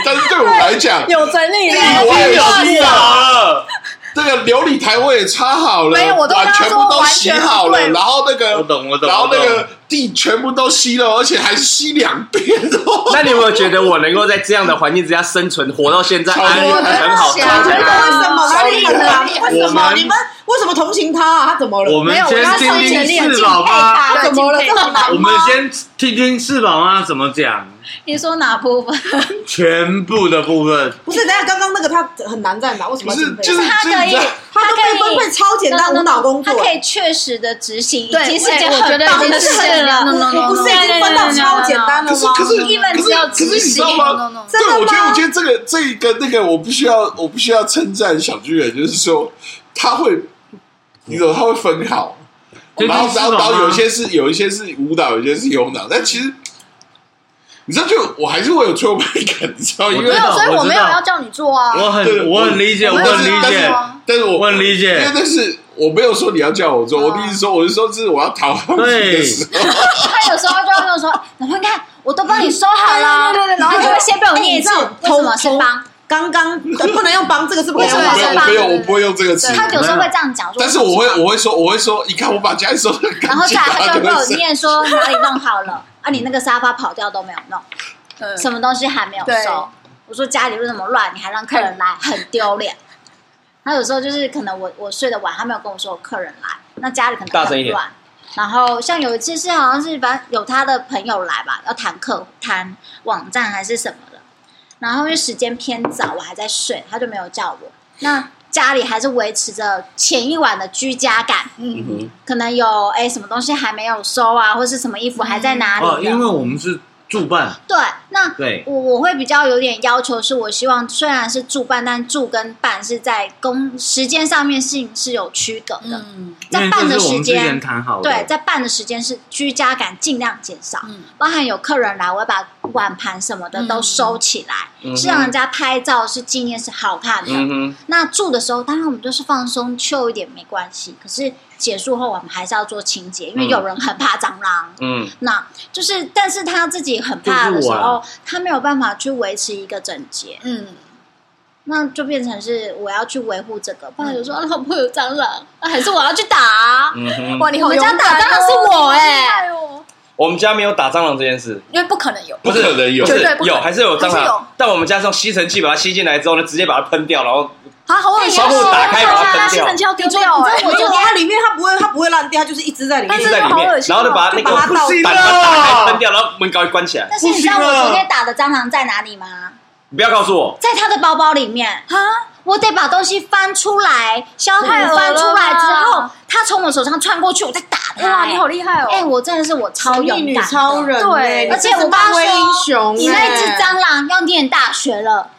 但是对我来讲，
有整理
地
呢？
我也
整理
是啊。
了，
那个琉璃台我也擦好了，
没有我都跟他
碗全
说
部都
完
洗
全不
好了，
会
然后那个
我懂我懂
然后那
我
个
懂
地全部都吸了，而且还吸两遍哦。
那你有没有觉得我能够在这样的环境之下生存，活到现在，
超
安逸
多
很好？
真的
超
为
强
假的
什么哪里很难？
我
啊为什么
们
你们为什么同情他啊？他怎么了？
我们
没有我
先
要
听
上前
听
练
四
敬
宝
佩
妈，
他
怎么了
敬佩
这很
他
难
我们先听听四宝妈怎么讲，
你说哪部分？
全部的部分。
不是，等一下刚刚那个他很难在哪？为什
不
么要
是
准，备
就是
他
就是
可
你
以
知道，
他都
可
被
以
分配超简单无脑工作
他，可以确实的执行，已
对
经是件
我觉
很
得
棒
已
的
经是
事
很
了。
棒了
我不是已经分到超简单了
可
吗
是？可是
一问
可是
只要
可是
仔
你
细
知道
no,
吗
no,？
对
真，的
我觉得
吗
我觉得这个这一个那个，我必须要我必须要称赞小巨人，就是说他会，你懂他会分好，
就
然后
是
然
四
后然
宝妈
后有一些是有一些是舞蹈，有一些是有脑，但其实你知道，就我还是会有挫败感，你知道，因
我
为
没
知
有，
道
所以
我
我
知
没有
道
要叫你做啊。
我
对
哦很我很理解，我
但
知道
很
是
理
但
解
是，但是我
我很理
因
解
为。但是我没有说你要叫我做，我的意思说，我是说，是我要讨好你的时候。
他有时候就会跟我说：“老婆，你看，我都帮你收好了。”
对对对对对
然后就会先被我念一次，
哎
为什么是帮？
刚刚呃不能用帮这个是不可以用
我
帮
没有，
对
我没有，我不会用这个词。
他有时候会这样讲，说
但是我
帮
会，我会说，我会说，你看我把家里收的干净，
然后再来他就
就
会被我
生
念说哪里弄好了啊，你那个沙发跑掉都没有弄，
嗯
什么东西还没有
对
收。我说家里为什么乱，你还让客人来，很丢脸。他有时候就是可能我我睡得晚，他没有跟我说有客人来，那家里可
大
能
声一
很
点
乱。然后像有一次是好像是反正有他的朋友来吧，要谈客谈网站还是什么的，然后因为时间偏早，我还在睡，他就没有叫我。那家里还是维持着前一晚的居家感，
嗯
可能有哎什么东西还没有收啊，或是什么衣服还在哪里的。
哦，
嗯
因为我们是助办，
对，那
对，
我我会比较有点要求，是我希望虽然是住办，但住跟办是在工时间上面是是有区隔的，
嗯
因
在
为
办
这
的
是我
时
们之前
间。
谈好的。
对，在办的时间是居家感尽量减少，
嗯
包含有客人来，我会把碗盘什么的都收起来，
嗯
是让人家拍照是纪念是好看的。
嗯哼，
那住的时候，当然我们就是放松、chill 一点没关系。可是结束后，我们还是要做清洁，因为
嗯
有人很怕蟑螂。
嗯，
那就是，但是他自己很怕的时候，他没有办法去维持一个整洁，
嗯，
那就变成是我要去维护这个。不然有时候、啊老婆有蟑螂，啊还是我要去打、
嗯哼。
嗯哇，你好
我们家
勇
打
敢
蟑螂
哦
是我哎
好厉害哦
我们家没有打蟑螂这件事，
因为不可能有，
不是
不可能有
不是
绝对不可
有
能
还是有蟑
还是有
螂，但我们家是用吸尘器把它吸进来之后呢，直接把它喷掉，然后
啊，好恶心
窗户
哦！
打开把它
大
喷
吸
掉
尘器要丢
你知道
掉哎
你知道
没
我
有，它里面它不会，它不会烂掉，它就是一直在里面
但
一
是
直在里面
好恶，心
然
哦
后就把那
就把它
个
倒
打打开喷掉，然后门赶快关起来。
但是你知道
不行啊
我昨天打的蟑螂在哪里吗？
你不要告诉我，
在他的包包里面。
啊，
我得把东西翻出来，消毒
太恶了
翻出来之后
吧，
他从我手上窜过去，我再打他、
哇，
哎
你好厉害
哎、
哦！
我真的是我超
神力
勇
女
敢的，
超人
对
欸，
而且我
爸
爸
威英
说，
雄欸，
你那只蟑螂要念大学了，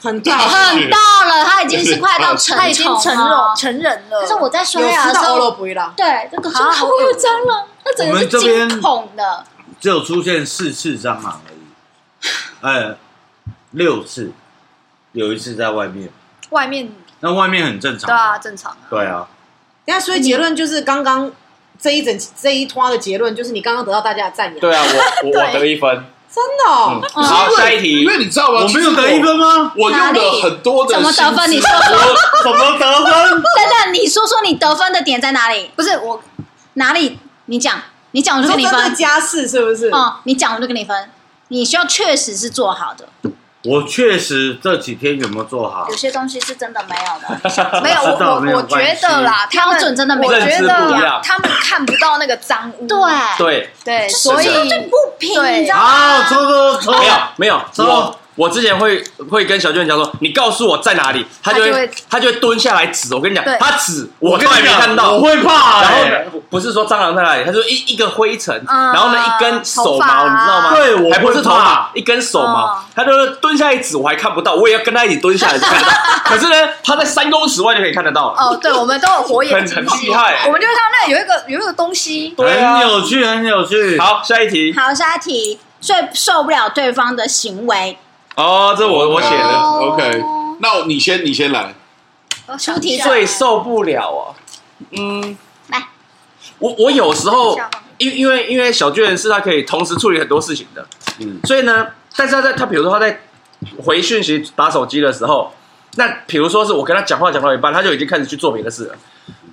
很
大
大
学
很大了，它已经是快到成
他已经
虫
成
了
人。成人了，
可是我在刷
有
牙
吃
的时
到欧
候，
洛不啦？
对这个
啊好
会有
恶
蟑螂，它整个是
我们这边
惊恐的。
只有出现四次蟑螂而已，呃，六次，有一次在外面，
外面
那外面很正常。
对啊，正常啊，
对啊，
等一下，所以结论就是刚刚这一整这一拖的结论就是你刚刚得到大家的赞扬，
对啊，我我我
对
得一分。
真的哦、
嗯，好，下一题
因，为你知道吗？
我没有得一分吗？
我用了很多的
怎么得分？你
心
说
思
说，
我怎么得分？
等等，你说说你得分的点在哪里？
不是我
哪里？你讲，你讲我
你
就
说
给你
针对
分。
家事是不是？
哦，你讲我就给你分。你需要确实是做好的，
我确实这几天有没有做好
有？些东西是真的没有的。
没有，我
知道没有
我我
关
觉
系
得啦，他们
标准真的没
我
有
觉
认知不一
得
样
他们看不到那个脏污，
对，
对，
嗯对，
就是
所以
这就不平，
对
你知道
好，
吗？
抽抽抽，
没有没有，
走
我我之前会会跟小娟讲说，你告诉我在哪里，他就
他就
会
会
他就会蹲下来指。我跟你讲
对，
他指
我
我
跟
都还
你
没
讲
看到
我。会怕
然后
欸。
呢，不是说蟑螂在哪里，它就一一个灰尘，
嗯
然后呢一根手
头发
毛，
啊
你知道吗？
对我
还不是
会
头
怕
发，一根手毛
嗯，
他就蹲下一指，我还看不到，我也要跟他一起蹲下来才看得到。可是呢，他在三公尺外就可以看得到了，
哦，对，我们都有火眼
很
金
很
睛，
厉害
我。们就会看到那有一个有一个东西，
对啊
很有趣，很有趣。，
好，下一题。
好，下一题，最受不了对方的行为，
哦，这我我写的，
哦 OK，那你先，你先来。
出题
最受不了哦。嗯，
来，
我我有时
等一
候
下吧，
因因为因为小巨人是他可以同时处理很多事情的，
嗯，
所以呢，但是他在他比如说他在回讯息打手机的时候，那比如说是我跟他讲话讲到一半，他就已经开始去做别的事了。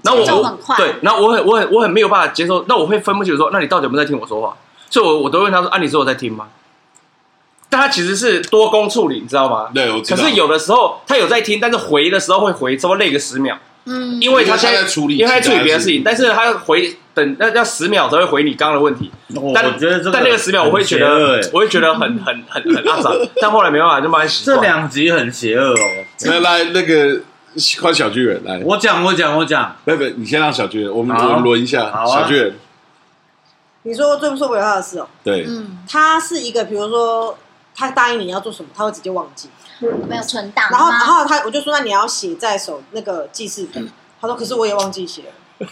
然后
节奏
我
很快
我对，然后我很我很我很没有办法接受，那我会分不清楚说，那你到底有没有在听我说话？所以我我都会问他说，啊，你是有在听吗？但他其实是多工处理，你知道吗？
对，我知
可
道。
是有的时候他有在听，但是回的时候会回，稍微累个十秒，
嗯，
因为
因为他
现
在处理
因为他在处理别的事
其
情，
他
但是他回等那要十秒才会回你刚刚的问题。
我
但
哦我觉得这个，
但那个十秒我会觉
欸
得，我会觉得很很很很 阿杂，但后来没办法，就慢慢习惯。
这两集很邪恶哦。
那来那个换小巨人来，
我讲，我讲，我讲，
不不，你先让小巨人，我们
好
我们轮一下
好啊
小巨人。
你说最不受不了他的事哦，
对，
嗯
他是一个，比如说他答应你要做什么，他会直接忘记。
没有存档
然后，然
吗？
后他我就说，那你要写在手那个记事本。他说，可是我也忘记写了。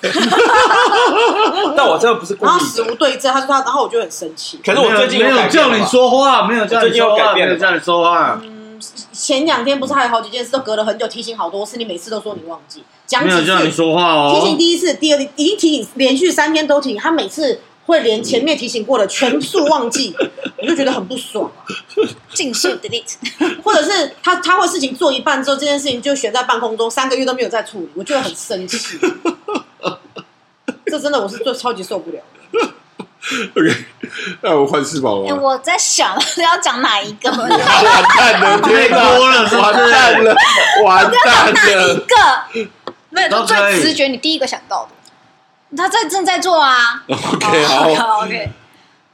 但我真的不是故
然后
意
死无
的。
对证，他说他，然后我就很生气。
可是我最近
没有没
改
有
变了
叫你
吧，
说话，没有叫你说
我最近有改
话，没
变了
有叫你说话，
嗯，前两天不是还有好几件事都隔了很久，提醒好多次，你每次都说你忘记，讲
嗯
没有
几
叫你
次，
说话
提
哦
醒。第一次、第二已经提醒，连续三天都提醒，他每次会连前面提醒过的全数 忘记，我就觉得很不爽。
尽数 delete，
或者是他他会事情做一半之后，这件事情就悬在半空中，三个月都没有再处理，我觉得很生气。这真的我是最超级受不了的。
OK，那我换四宝
哎，
吧。
我在想要讲哪一个，我在想
完蛋了，
太
天哪！
多了是不是
完蛋了，完蛋
哪 一
了。
个？
没有，就
都可以
最直觉你第一个想到的。
他在正在做啊，
哦
OK，好，
OK，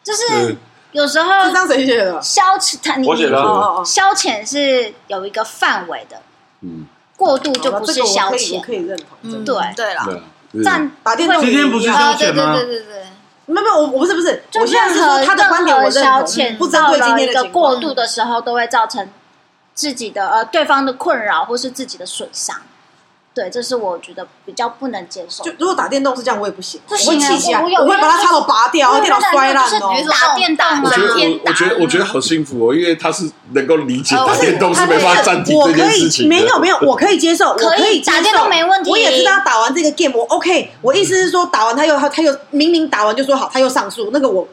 就是有时候
这张谁写
哦
的？
消遣，他你
我觉得
哦
啊
你
哦哦，
消遣是有一个范围的，
嗯，
过度就
好吧
不
哦这
是
个我
消
可以我
遣。
可以认同。真的
对哦
对了，
对啊，就是
但
打电动
今天不是
啊
消
啊，对
遣
对
吗？
对对对，
没有没有，我我不是不是，
就
我现在是
任
说
何
他的观点我认
任何消
同，
遣
不针
到
对今
了
天的
一个
情
过
况。
度的时候，都会造成自己的呃对方的困扰或是自己的损伤。对，这是我觉得比较不能接受
就。如果打电动是这样，我也不行，我
不
会
行啊
气起来，
我有
我会把他插头拔掉，然后电脑摔烂
就是
哦。
打电动啊
我觉得
整
我我觉得我觉得好幸福哦，因为他是能够理解
哦
打电动是没办法暂停
我
这件
可
事
以
情的。
没有没有，我可以接受，我
可以
以接受
打电动没问题
我也知道打完这个 game 我 OK，我意思是说打完他又他他又明明打完就说好，他又上诉，那个我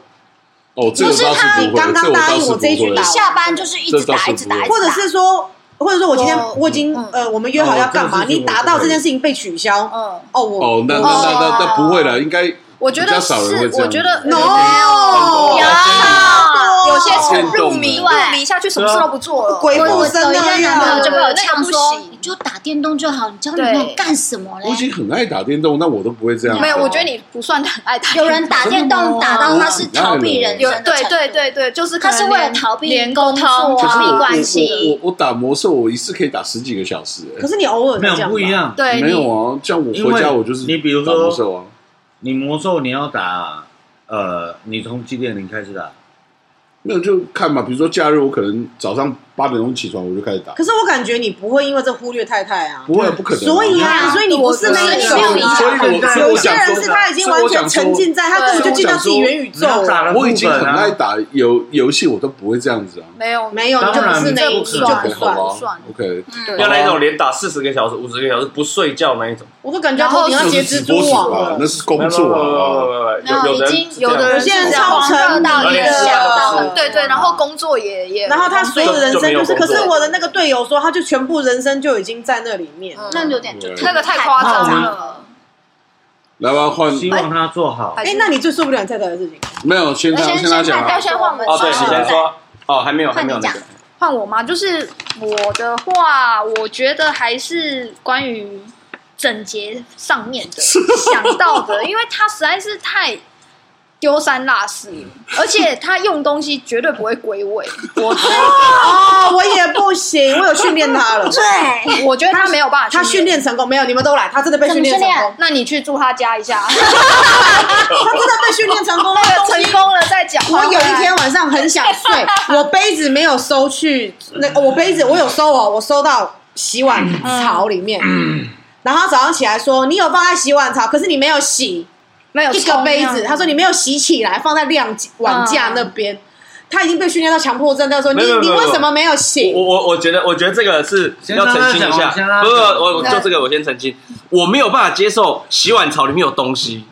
哦，这个我
不是
倒是
他
不会，
刚刚
这我
答
倒
应
是
我这一
不
局
会
打
下班就是一直
这倒
打，
是
一直打，
不会
一直打
或者是说或者说我今天
我
我已经
嗯
呃我们约好要干嘛，
哦这个事情
你打到这件事情被取消，
嗯，
哦我
哦，那那那那那不会了，应该
我觉
比较
得
少人
是
会，这样
我觉
嗯
得嗯
哦
no
有
有些是
电
入
动
迷入
的
迷下去，什么事都不做了。
鬼
我
附
我
身
有一
那
任男朋友
样
就被我呛
那个不：“
说
行
你就打电动就好，你交女朋友
对
干什么嘞
我已经很爱打电动，那我都不会这样。
没有，我觉得你不算很爱打？”。
有人打电动打到他是逃避人
有
生的
对
程度
对，对对，就是
他
可
是
能
为了
连
逃避
连啊
工
沟
作
通，
可是
逃避
我
关系
我我我打魔兽，我一次可以打十几个小时。欸
可是你偶尔
没
才
有
这样吧
不一，样，
对，
没有
你
啊，像我
因为
回家我就是
你比如
打魔
说
兽啊，
你魔兽你要打，呃，你从几点零开始打？
没有就看嘛。比如说假日，我可能早上八点钟起床我就开始打，
可是我感觉你不会因为这忽略太太啊，
不会不可能啊。
所以啊，
啊
所以你不是那一
所以
种
你没有
啊
影。
所以我所以
有
我
些
想
人
说
是他已经完全沉浸在，他根本就进到自己元宇宙
所以我想
了。
说
我已经
啊
很爱打游游戏，我都不会这样子啊。
没有
没有，你
当
就
然
不是那一
不可
种
能
就不
OK，好
算。
啊
算
，OK，
嗯
要那一种连打四十个小时、五十个小时不睡觉那一种。
我都感觉头顶嗯要
那
接
是
蜘
直
蛛
播主
网
吧
了，。
那是工作啊。
没有，有
已
人
经
是这样
有的人
有些人
是这样
超沉迷
有点
的
吓到
了
了
对对，然后工作也也，
然后他所有的人生就
就
是，
没有工
可
作
是我的那个队友说，他就全部人生就已经在那里面。
嗯
那有点就
那个太夸张了，
来吧，换
希望他做好。
哎，那你最受不了你太太的事情？
没有，先他
先
先他讲
太太
啊。
先换我们
哦，对，
说
你先说。哦，还没有，还
换
没有
你
那
讲
个。
换我吗？就是我的话，我觉得还是关于整洁上面的想到的，因为它实在是太丢三落四了，而且他用东西绝对不会归位。我
哦，我也不行，我有训练他了，
对，
我觉得他没有办法，
他训。练成功没有？你们都来，他真的被训练成
怎么训
功
练，
那你去住他家一下，
他真的被训练成功了。
成功了再讲。
我有一天晚上很想 睡，我杯子没有收去，那我杯子我有收哦，我收到洗碗
嗯
槽里面。然后他早上起来说：“你有放在洗碗槽，可是你没有洗
没有
一个杯子。”他说：“你没有洗起来，放在晾
嗯
碗架那边。”他已经被训练到强迫症，他说：“你
没有没有
你
没有
为什么没有洗
我？”我我觉得，我觉得这个是
先
要
让他
澄清一下
讲先让他。
不不，
讲
我我就这个，我先澄清，我没有办法接受洗碗槽里面有东西，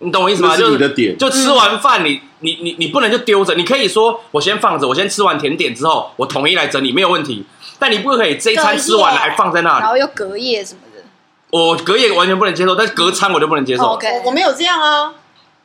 你懂我意思吗？
这
就
是你的点
就吃完饭你。你你你不能就丢着，你可以说我先放着，我先吃完甜点之后，我统一来整理，没有问题。但你不可以这一餐吃完了还放在那
然
里，
后又隔夜什么的，
我隔夜完全不能接受，但是隔餐我就不能接受。
OK，
我没有这样啊。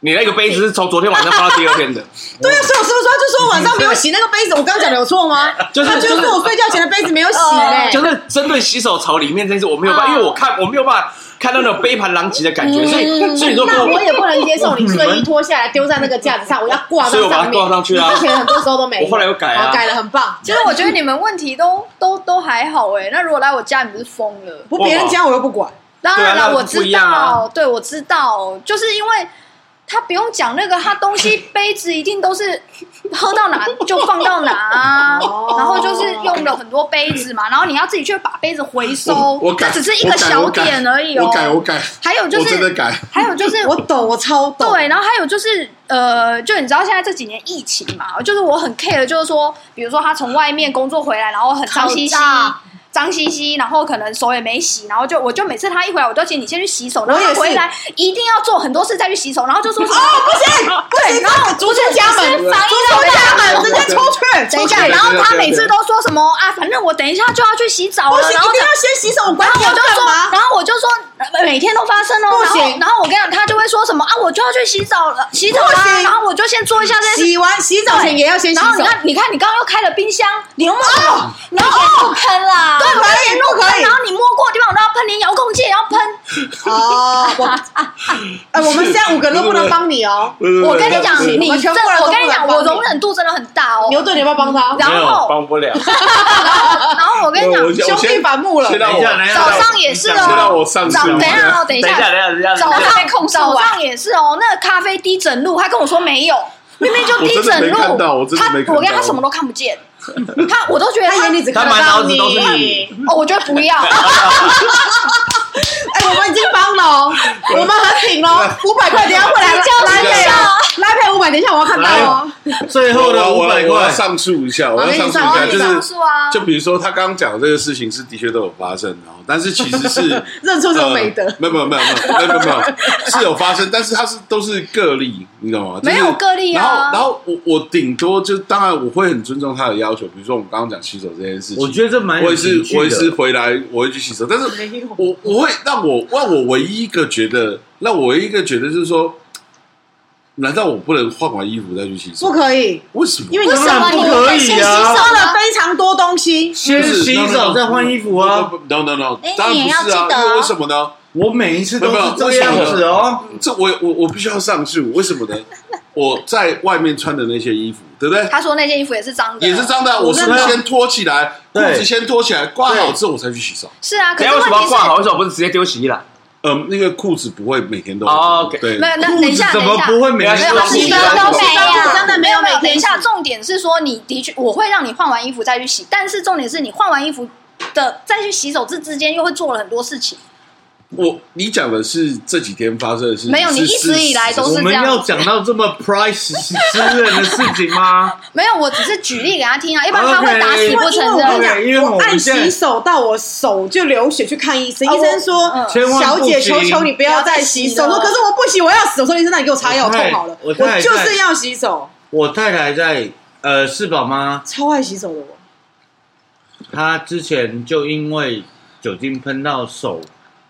你那个杯子是从昨天晚上放到第二天的，
对啊，所以我是不是说他就说晚上没有洗那个杯子？我刚刚讲的有错吗？
就是
他就
就是
说我睡觉前的杯子没有洗
哦
嘞、
就是针对洗手槽里面这件事，我没有办法，因为我看我没有办法看到那种杯盘狼藉的感觉，所以所以你说跟
那
我
我也不能接受你睡衣脱下来丢在那个架子上，我要挂
所
在
以我把它
上面。
挂上去啊
你之前很多时候都没有。 哦
我后来又改啊
好，改的很棒。
其实我觉得你们问题都 都都还好哎、那如果来我家，你不是疯了？
不，别人家我又不管。
当然
对啊
了，
那
我
不
知
一样啊
道，对我知道，就是因为他不用讲那个，他东西杯子一定都是喝到哪就放到哪啊，然后就是用了很多杯子嘛，然后你要自己去把杯子回收
我，改
这只是一个小点而已哦。
我改我改，
还有就
我真的
是，
改。
还有就是，
我懂，我超懂。
对，然后还有就是，呃，就你知道现在这几年疫情嘛，就是我很 care，就是说，比如说他从外面工作回来，然后很脏兮兮
口罩。
脏兮兮，然后可能手也没洗，然后就我就每次他一回来，我就请你先去洗手，然后
我也
他
是
回来一定要做很多事再去洗手，然后就说什么
哦不行，不行，然后逐出家门，
是
逐
防疫
出家门，直
对
接
对
出去，出
等一
去。
下，
对
然后
对
他
对
每次
对
都说什么啊，反正我等一下就要去洗澡
不
了，
行，
然后
一定
怎
要先洗手，我管你要
然后我就
干
说，
嘛。
然后我就说呃每天都发生哦，
不
然后
行
然后我跟你讲，他就会说什么啊，我就要去洗澡了，洗澡
不
啦，
行
然后我就先做一下这些事
洗完洗澡前也要先洗
然后你
手，
看，你看，你刚刚又开了冰箱，你又摸过，然后哦喷啦，
对我也不可以
然后你摸过的地方我都要喷，连遥控器也要喷。
哦，我，哎，我们现在五个都不能帮你哦。
我跟你讲，
对对
你
完全
这，
不然都
我
不能
跟你讲，
帮
我
你
容忍度真的很大哦。
牛顿，你要不要帮他？
然
没有
后，
帮不了。
然后我跟你
我
讲，
先
兄弟反目了
先。让
等一
我
下，等一下
早上也是
先让
哦，
我上
早
去。
等一下哦，等一
等一下，
下，
等一下，
早上
控诉
早
完
上也是哦，那个咖啡滴整路，他跟我说没 有。明明就
我
滴
真的
整
没
路，
看到我真的
他
没看
我跟他
到
什么都看不见，他我都觉得
他
他
眼里只
他
看
满
到
脑子都是
你。
你，
哦，我觉得 不要，
哎，我们已经帮了哦，我们很挺哦，五百块等一下会来来
啊
赔，来赔五百，等一下我要看到哦。
最后的五
我
百
来我要
块，
上诉一下，我要上诉一
然后
下，就
你上
是
诉啊，
就比如说他刚刚讲的这个事情是的确都有发生的哦，但是其 实是
认错这种美德
呃没有没有没有没有没有没有是有发生，但是它是都是个例，你懂吗？就是
没有个例啊
然后然后我我顶多就当然我会很尊重他的要求，比如说我们刚刚讲洗手这件事情，
我觉得这蛮
我
有
也是
情趣
我也是
的。
回来我会去洗手，但是
没有
我我会让我让我唯一一个觉得让我唯一一个觉得就是说，难道我不能换完衣服再去洗手？
不可以，
为什么？
因为你
当然不可以
收
啊！
了非常多东西，
先洗手再换衣服啊！
！No No No，
哎
当然
你也要
不是啊
记得，哦
因为为什么呢？
我每一次都是这样子哦。
这我我我必须要上诉，为什么呢？我在外面穿的那些衣服，对不对？
他说那件衣服也是脏的，
也是。脏的啊，我是不是先脱起来，裤
对
子先脱起来，挂好之后我才去洗手。
是啊，可
等一
是
下为什么要
问题是
挂，好？为什么不是直接丢洗衣篮？
嗯，那个裤子不会每天都有
哦，OK
对
没，有，那等一下，
怎
等一
么
下，
不会每
没
天
有，
都
他
洗
洗
手
的
都
没
没有
有，
真
的没有
没
啊
有。
每
等一
天洗
下，重点是说你的确，我会让你换完衣服再去洗，但是重点是你换完衣服的再去洗手这之间又会做了很多事情。
我你讲的是这几天发生的事情，
没有，你
是
一直以来都
我
是这
们要
样。
讲到这么 price 之人的事情 吗？
没有，我只是举例给他听啊，要不然他会打死
因为
不
因为
承
我跟你
认。
讲，
因为我
我按
们现在
洗手到我手就流血去看医生，
哦
医生
嗯
说：“
千万
小
不
姐，
行
求求你不要再洗手。”
不
我说：“
要
可
再洗了
是我不洗，我要死。”我说：“医生，那你给我擦药，
我
我
太
痛好了。”
我
我
太
就是要洗手，
我太太在呃四宝妈，
超爱洗手的我。
她之前就因为酒精喷到手，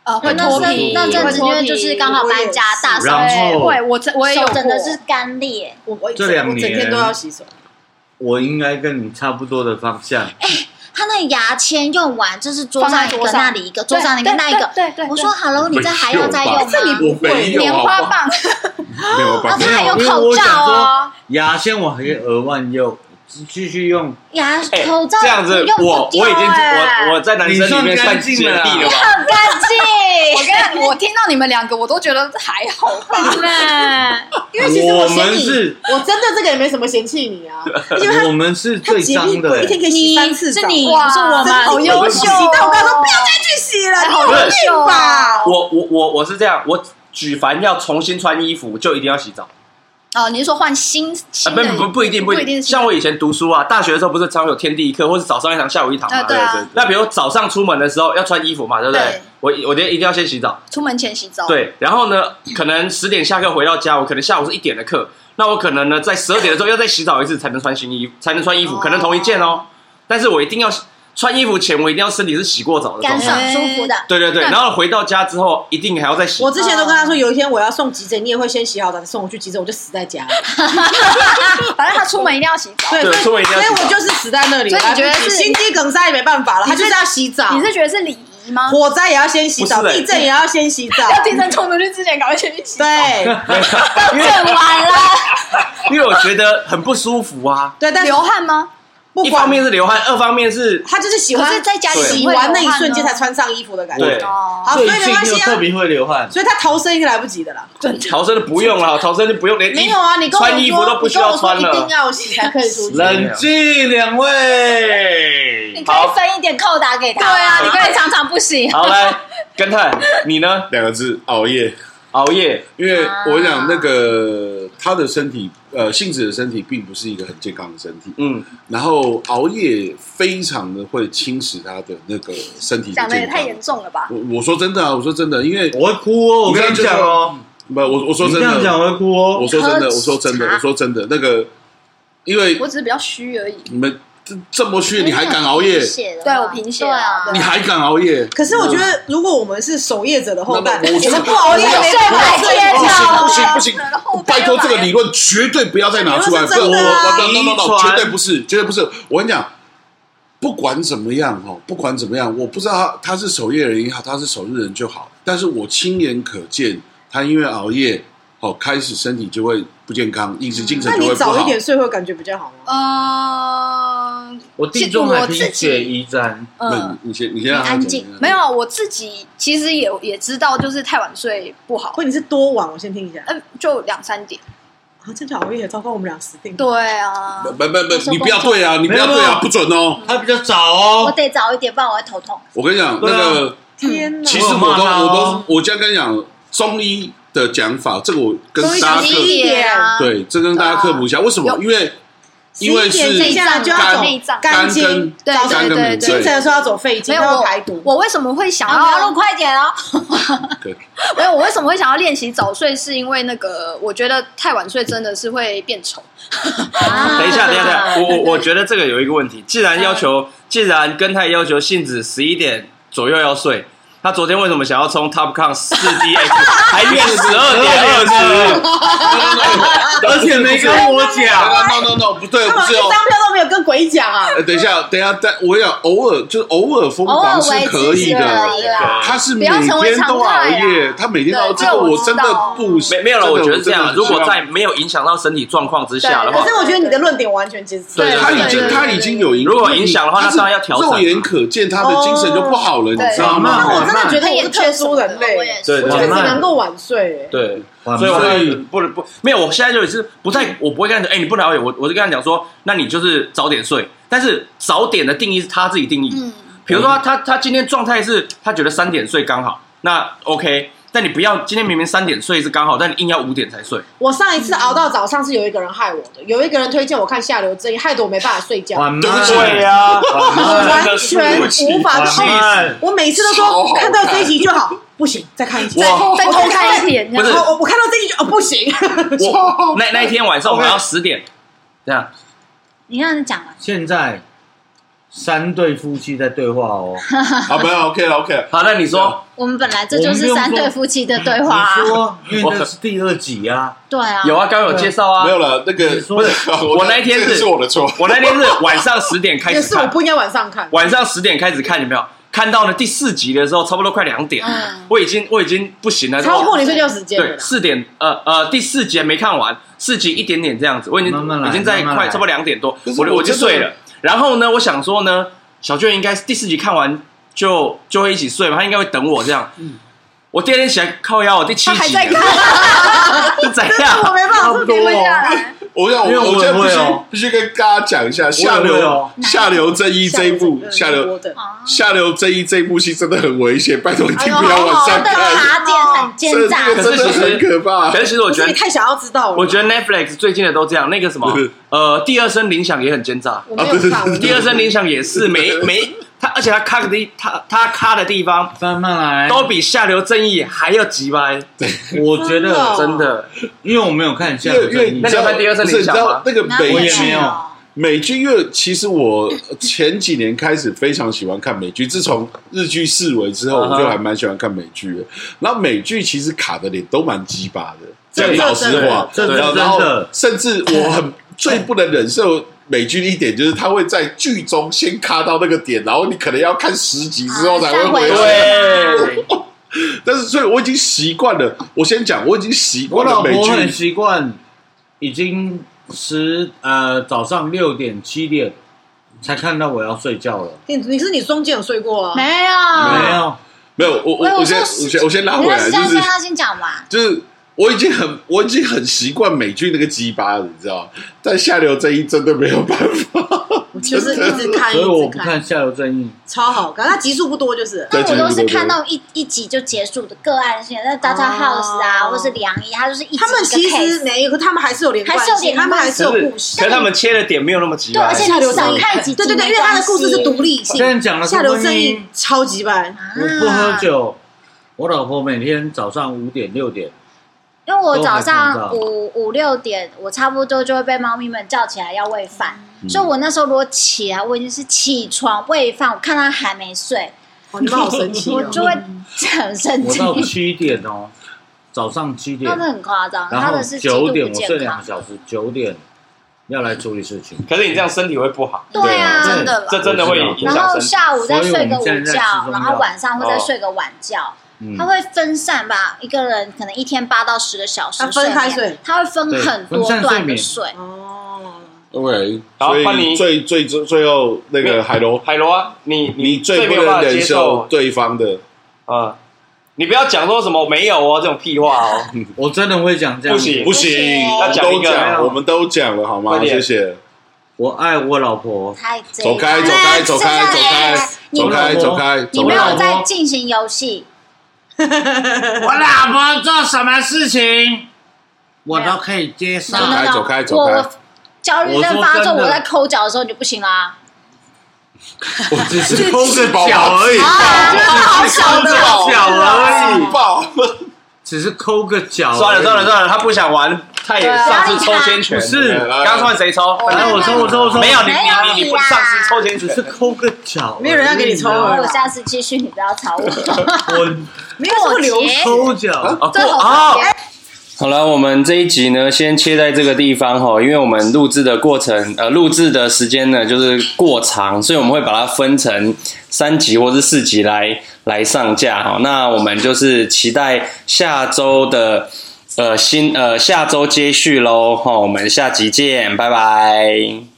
呃，
会
那
脱
阵
皮
那阵子因为
会脱皮
就是刚好搬家大
然
扫
后
对，
除，
会，我真我也有
手真的
过
是干裂。
我我
这两
我整天
年
都要洗手，
我应该跟你差不多的方向。
他那个牙签用完，就是桌
放
上
在
一
桌
个，
上
那里一个，桌上一个，
对
那一个。
对对对对
我说 “hello”，你这还要再用吗？
这你
我没有
棉
好
花
不好？
棒，
没有
啊
办
他
法，
还有
因为
口
我想
罩
说
哦，
牙线我还可以额外用，继续用。
牙
哎
口罩
这样子
不用，不
我
掉
我已经
哎
我我在男生里面
你算
算
干
姐
净
弟
了啊
了吧？
很干
我
净。
跟我听到你们两个，我都觉得还好吧。
因为其实我嫌
们
你，
是，
我真的这个也没什么嫌弃你啊， 而且
我
他
们是
他
最
洁癖
脏
鬼，
的
一。天可以洗三次澡，
是你，
哇
哇
不是我
真的
们。
好优秀、哦。洗到我刚说不要再去洗了，你
哎
有
不是
病
啊
吧？
我我我我是这样，我举凡要重新穿衣服，就一定要洗澡。
哦，你是说换新
啊，
新
不
的？
不不一定
不
一
一定
定。
是
像我以前读书啊，大学的时候不是常有天地一课，或是早上一堂，下午一堂嘛。
啊对啊
那比如早上出门的时候要穿衣服嘛，对不
对
对？我我得一定要先洗澡。
出门前洗澡。，
对，然后呢，可能十点下课回到家，我可能下午是一点的课，那我可能
哦
呢在十二点的时候要再洗澡一次才能穿新衣服，才能穿衣服，可能同一件哦，但是我一定要洗。穿衣服前我一定要身体是洗过澡的状
干
态。
爽舒服的。
对对对，
那
然后回到家之后一定还要再洗
我。之前都跟他说，有一天我要送急诊，你也会先洗好澡送我去急诊，我就死在家。
反正他出门一定要洗 澡。
对，
对
所
所以
以
一定
所
要
以
洗澡
我就是死在那里。
所以你觉得
来不及
是
心肌梗塞也没办法了，他就是要洗澡。
你是觉得是礼仪吗？
火灾也要先洗澡，
不是欸
地震也要先洗澡。
要地震冲出去之前，赶快先去洗澡。
对
因为
更晚了，
因为我觉得很不舒服啊。
对，但是
流汗吗？
不
一
管
方面是流汗，二方面是
他就是喜
可
欢
是在家里
对
洗
会
完
流
那一
汗
瞬间
呢
才穿上衣服的感觉。
对
哦，
好，所以
最
没
近
关
又
系
特
啊。
别会流汗，
所以他逃生已经来不及的啦。
逃生的不用了，逃生就不用连衣
没有啊，你跟我说，
穿衣服都不需要穿
你跟我说一
了
定。要洗才可以出去。
冷静两位
你。可以分一点扣打给他。
对啊你可以
以常常不行。
好，来，根泰，你呢？
两个字熬夜。
熬夜，
因为我想那个他的身体，呃，杏子的身体并不是一个很健康的身体，
嗯，
然后熬夜非常的会侵蚀他的那个身体的
讲的也
健
太
康。
严重了吧？
我我说真的啊，我说真的，因为
我会哭哦，我跟你讲哦，
不，我我说
你
真
这样讲
的，
我会哭哦。
我说真的，我说真的，我说真的，那个，因为
我只是比较虚而已。
你们这这么虚，你还敢熬夜？
对
对
我
我
贫
贫
血
血
的
了
话，
你
对啊，
还敢熬夜？
可是我觉得，如果我们是守夜者的后代，
那么我
我们
就
不熬夜没办法睡
不
觉
行
啊。
不行不行，拜托这个理论绝对不要再拿出来，
理论
不，
是
我
真的啊
我 no no no，no，
遗传
绝对不是，绝对不是。我跟你讲，不管怎么样哦，不管怎么样，我不知道他他是守夜人也好，他是守日人就好，但是我亲眼可见，他因为熬夜，哦，开始身体就会不健康，饮食精神
那
就会
你
不
早一
好。
点睡会感觉比较好吗？呃
嗯，
我地中海贫血一战，
那
嗯，
你先，你先让他
安
讲
静。
没有，啊我自己其实也也知道，就是太晚睡不好
或。你是多晚？我先听一下。
嗯，就两三点。
啊，这就熬夜，糟糕，我们俩死定了。
对啊，
不不不，你不要对啊，你不要对
没有没
啊，
有
不准哦！
他比较早
我
哦。
得早一点，不然我会头痛。
我跟你讲，那
对啊
个
天哪！
其实我
我有
都
骂他
我
哦
都我这样跟你讲，中医的讲法，这个我跟
中医
大
讲
家
西
科
医
啊，
对，这跟大家科普一下，为什么？
有
因为因为
11点
是
接下来就要走
内脏
肝
肝
跟
经，
对
早上
肝跟
对对
敏
清晨的
对，
时候要走肺经，
没有
然后
我
排毒。
我为 什么会想
啊，不要
要
录快点 哦。
对
没有，我为什么会想要练习早睡？是因为那个，我觉得太晚睡真的是会变丑。
等一下，等一下，等一 下，我
对
我我觉得这个有一个问题，既然要求，既然根泰要求杏子十一点左右要睡，他昨天为什么想要冲 TopCon 四 DX 还约十二点二十？
而且没跟我讲，
啊 no no no，不对，
干
不
嘛一
是哦。
张票都没有跟鬼讲啊？
呃等一下，等一下，但我想偶尔就偶尔疯
偶尔
狂
为
是
之
可以
是
的。
可
啊
以啦。
他是
不
每
要成为
天
常
都熬
态啊
夜，他每天都熬，
对
这个
这个
我
我
真
知
的
道
不行。
没没有了，
真的
我觉得这样，
真的
如果
希望
在没有影响到身体状况之下的
可
话
是，我觉得你的论点完全接受。
对对
他已
对
经
对
他
对
已经有影，
如果影响的话
他是
那当然要调整啊
肉眼可见，他的精神就不好了，你知道
对
那我
吗
对？
真的觉得我是特殊人
我
类
也，是
对对
我觉得
对
只能够晚睡。欸
对。
所
啊所以我
所以
会不能不没有，我现在就是不太，我不会跟他讲，哎、你不能熬夜，我我就跟他讲说，那你就是早点睡。但是早点的定义是他自己定义，
嗯，
比如说他他他今天状态是他觉得三点睡刚好，那 OK。但你不要今天明明三点睡是刚好，但你硬要五点才睡，
我上一次熬到早上是有一个人害我的，有一个人推荐我看《下流之夜》，害得我没办法睡觉，
晚
对不
安
起
呀、
晚安
完全无法
晚
睡。
安，
我每次都
超好
说
看
看到这一集就好，不行，再看一集。
哇
再偷看一点，
不是
然后我我看到这一集就哦不行，
我那那一天晚上我还要十点，这样
你让你讲完。
现在三对夫妻在对话哦，
好，没有 OK 了 OK 了。
好，那你说
我们本来这就是三对夫妻的对话啊
你，说，因为这是第二集啊，
对啊，
有啊？刚刚有介绍啊，
没有了，那个
你说不是
我
我那一天
这个
是
是我的错，
我那天是晚上十点开
也
始
是我
看，
不应该晚上看。
晚上十点开始看，有没有？看到了第四集的时候，差不多快两点，
嗯
我已经我已经不行了，
超过你睡觉时间了
对，
啦。
四点，呃呃，第四集还没看完，四集一点点这样子，我已经
慢慢来
已经在
慢慢
快
来
差不多两点多
可，是
我就
我
我就
真的
睡了。然后呢，我想说呢，小娟应该第四集看完就就会一起睡嘛，她应该会等我这样。
嗯
我第二天起来靠腰，我第七集
他还在看，
是 怎
但我
样？
没办法睡，
停不下来。
我想
因为
我
我
我现在必
也
须
会哦
必须跟大家讲一下下
我也会
流
哦
下流正义这一 部下流
的，哎
啊
下流正义这一部戏真的很危险，拜托一定不要晚
真
上
的
啊
看，
卡点很奸
这
诈
这，个真的很可怕
可。是其实我
不
觉得
是你，太想要知道了。
我觉得 Netflix 最近的都这样，那个什么
嗯
对，
呃，第二声铃响也很奸诈。
我没
啊对
有
对对
看，我没有
第二声铃响也是没 没他，而且他卡的地，他他卡的地方
慢慢来。
都比下流正义还要急掰，
我觉得，
真的。
因为我没有看下
因为
正义
因为知
那你有
道
看第二声
不是
铃
你知
响吗
道那个
哪里
美
我也
剧啊
没有
美剧，因为其实我前几年开始非常喜欢看美剧，自从日剧视为之后，
啊哈
我就还蛮喜欢看美剧的。然后美剧其实卡的脸都蛮鸡巴的，
真的
讲老实话，
真的
然后
真的
然后甚至我很最不能忍受。美剧的一点就是，它会在剧中先卡到那个点，然后你可能要看十集之后才会啊回来。
对，
但是，所以我已经习惯了。我先讲，我已经习
我
惯了
老
美
婆很
剧。
习惯，已经十呃早上六点七点才看到我要睡觉了，
你你是你中间有睡过啊？
没有，
没有，
啊
没有，我
没有
我我先
我
我
说
先我先拉
你
回
要
来，
先
就
让
是
他先讲完。
就是我已经很我已经很习惯美剧那个鸡巴了，你知道吗？但下流这一真的没有办法，
我就是一直看，
所以我
一
不
直，
看《下流正义
超好看。它集数不多，就是
但我都
对对
是
对对
看到一一集就结束的个案性，那 Data House 啊，
哦
或是梁一，他就是一集一个
他们其实
case
每一个他们还是有连贯
还是有
性，
连贯性
他们还是有故
可
事
是。他们切的点没有那么急
对，
啊
而且
下流
你少
正义
看几集，
对对对，因为他
他
的故事是独立性。
虽然讲了
下流正
不
义
婚姻
超级版，》，
啊
我不喝酒。我老婆每天早上五点六 点，
因为我早
都还看
上
不到
五五六点，我差不多就会被猫咪们叫起来要喂饭，
嗯
所以我那时候如果起来，我已经是起床喂饭，我看他还没睡，
哦，你们好神奇
我
哦！
就会很生
嗯我
气，
到七点哦，早上七点
他，的很夸张，
然
他
后
的是极度
九点我
不
睡
健
两
康
个，小时，九点要来处理事情。
可是你这样身体会不好，
对啊，
对
真的啦
这真的会影
然后
响身体。
下午再睡个午
所以我们现在在
觉
吃中，药
然后晚上会再睡个晚觉，
嗯
他，会分散吧，一个人可能一天八到十个小时
他分开
睡眠
睡，
他会分很多
对分散睡
段的
眠
睡。
哦，
OK，
然后
所
换你
以最最最最后那
没有
个海螺，
海螺啊，你
你
最
最
没
不
有办
能
法接
忍受
受
对方的，
啊，你不要讲说什么没有哦这种屁话哦，
我真的会讲这样
不行
子。
不
行
行，
要
我们
讲一
都
个
讲，我们都讲了好吗？
快点
谢谢。
我爱我老婆，
太贼
走开
了
走开走开
哎
走开
你
走开，
我
走开，
你
走
没
我
有
开！
在进行游戏，
我老婆做什么事情，我都可以接受
走。
开走开走开
我焦虑症发作，我在抠脚的时候你就不行啦。
我只是抠个脚而已，
啊，好小
抠个脚而
哦
已，
爆！
只是抠个脚。
算了算了，算了，他不想玩，他也上次抽签拳，
不是
哎来来来
刚刚换谁抽？
来
哎来我抽我抽我抽
没有你
没有
你你
你
不
啦
上次抽签
只是
拳，
抠个脚而已啊。
没有人要给你抽
然后我
了
下次继续，你不要吵 我。
我
没有这么流
过节
抠脚，
啊
最
不
后
啊好了，我们这一集呢，先切在这个地方哈，因为我们录制的过程，呃，录制的时间呢就是过长，所以我们会把它分成三集或是四集来来上架哈。那我们就是期待下周的呃新呃下周接续喽哈，我们下集见，拜拜。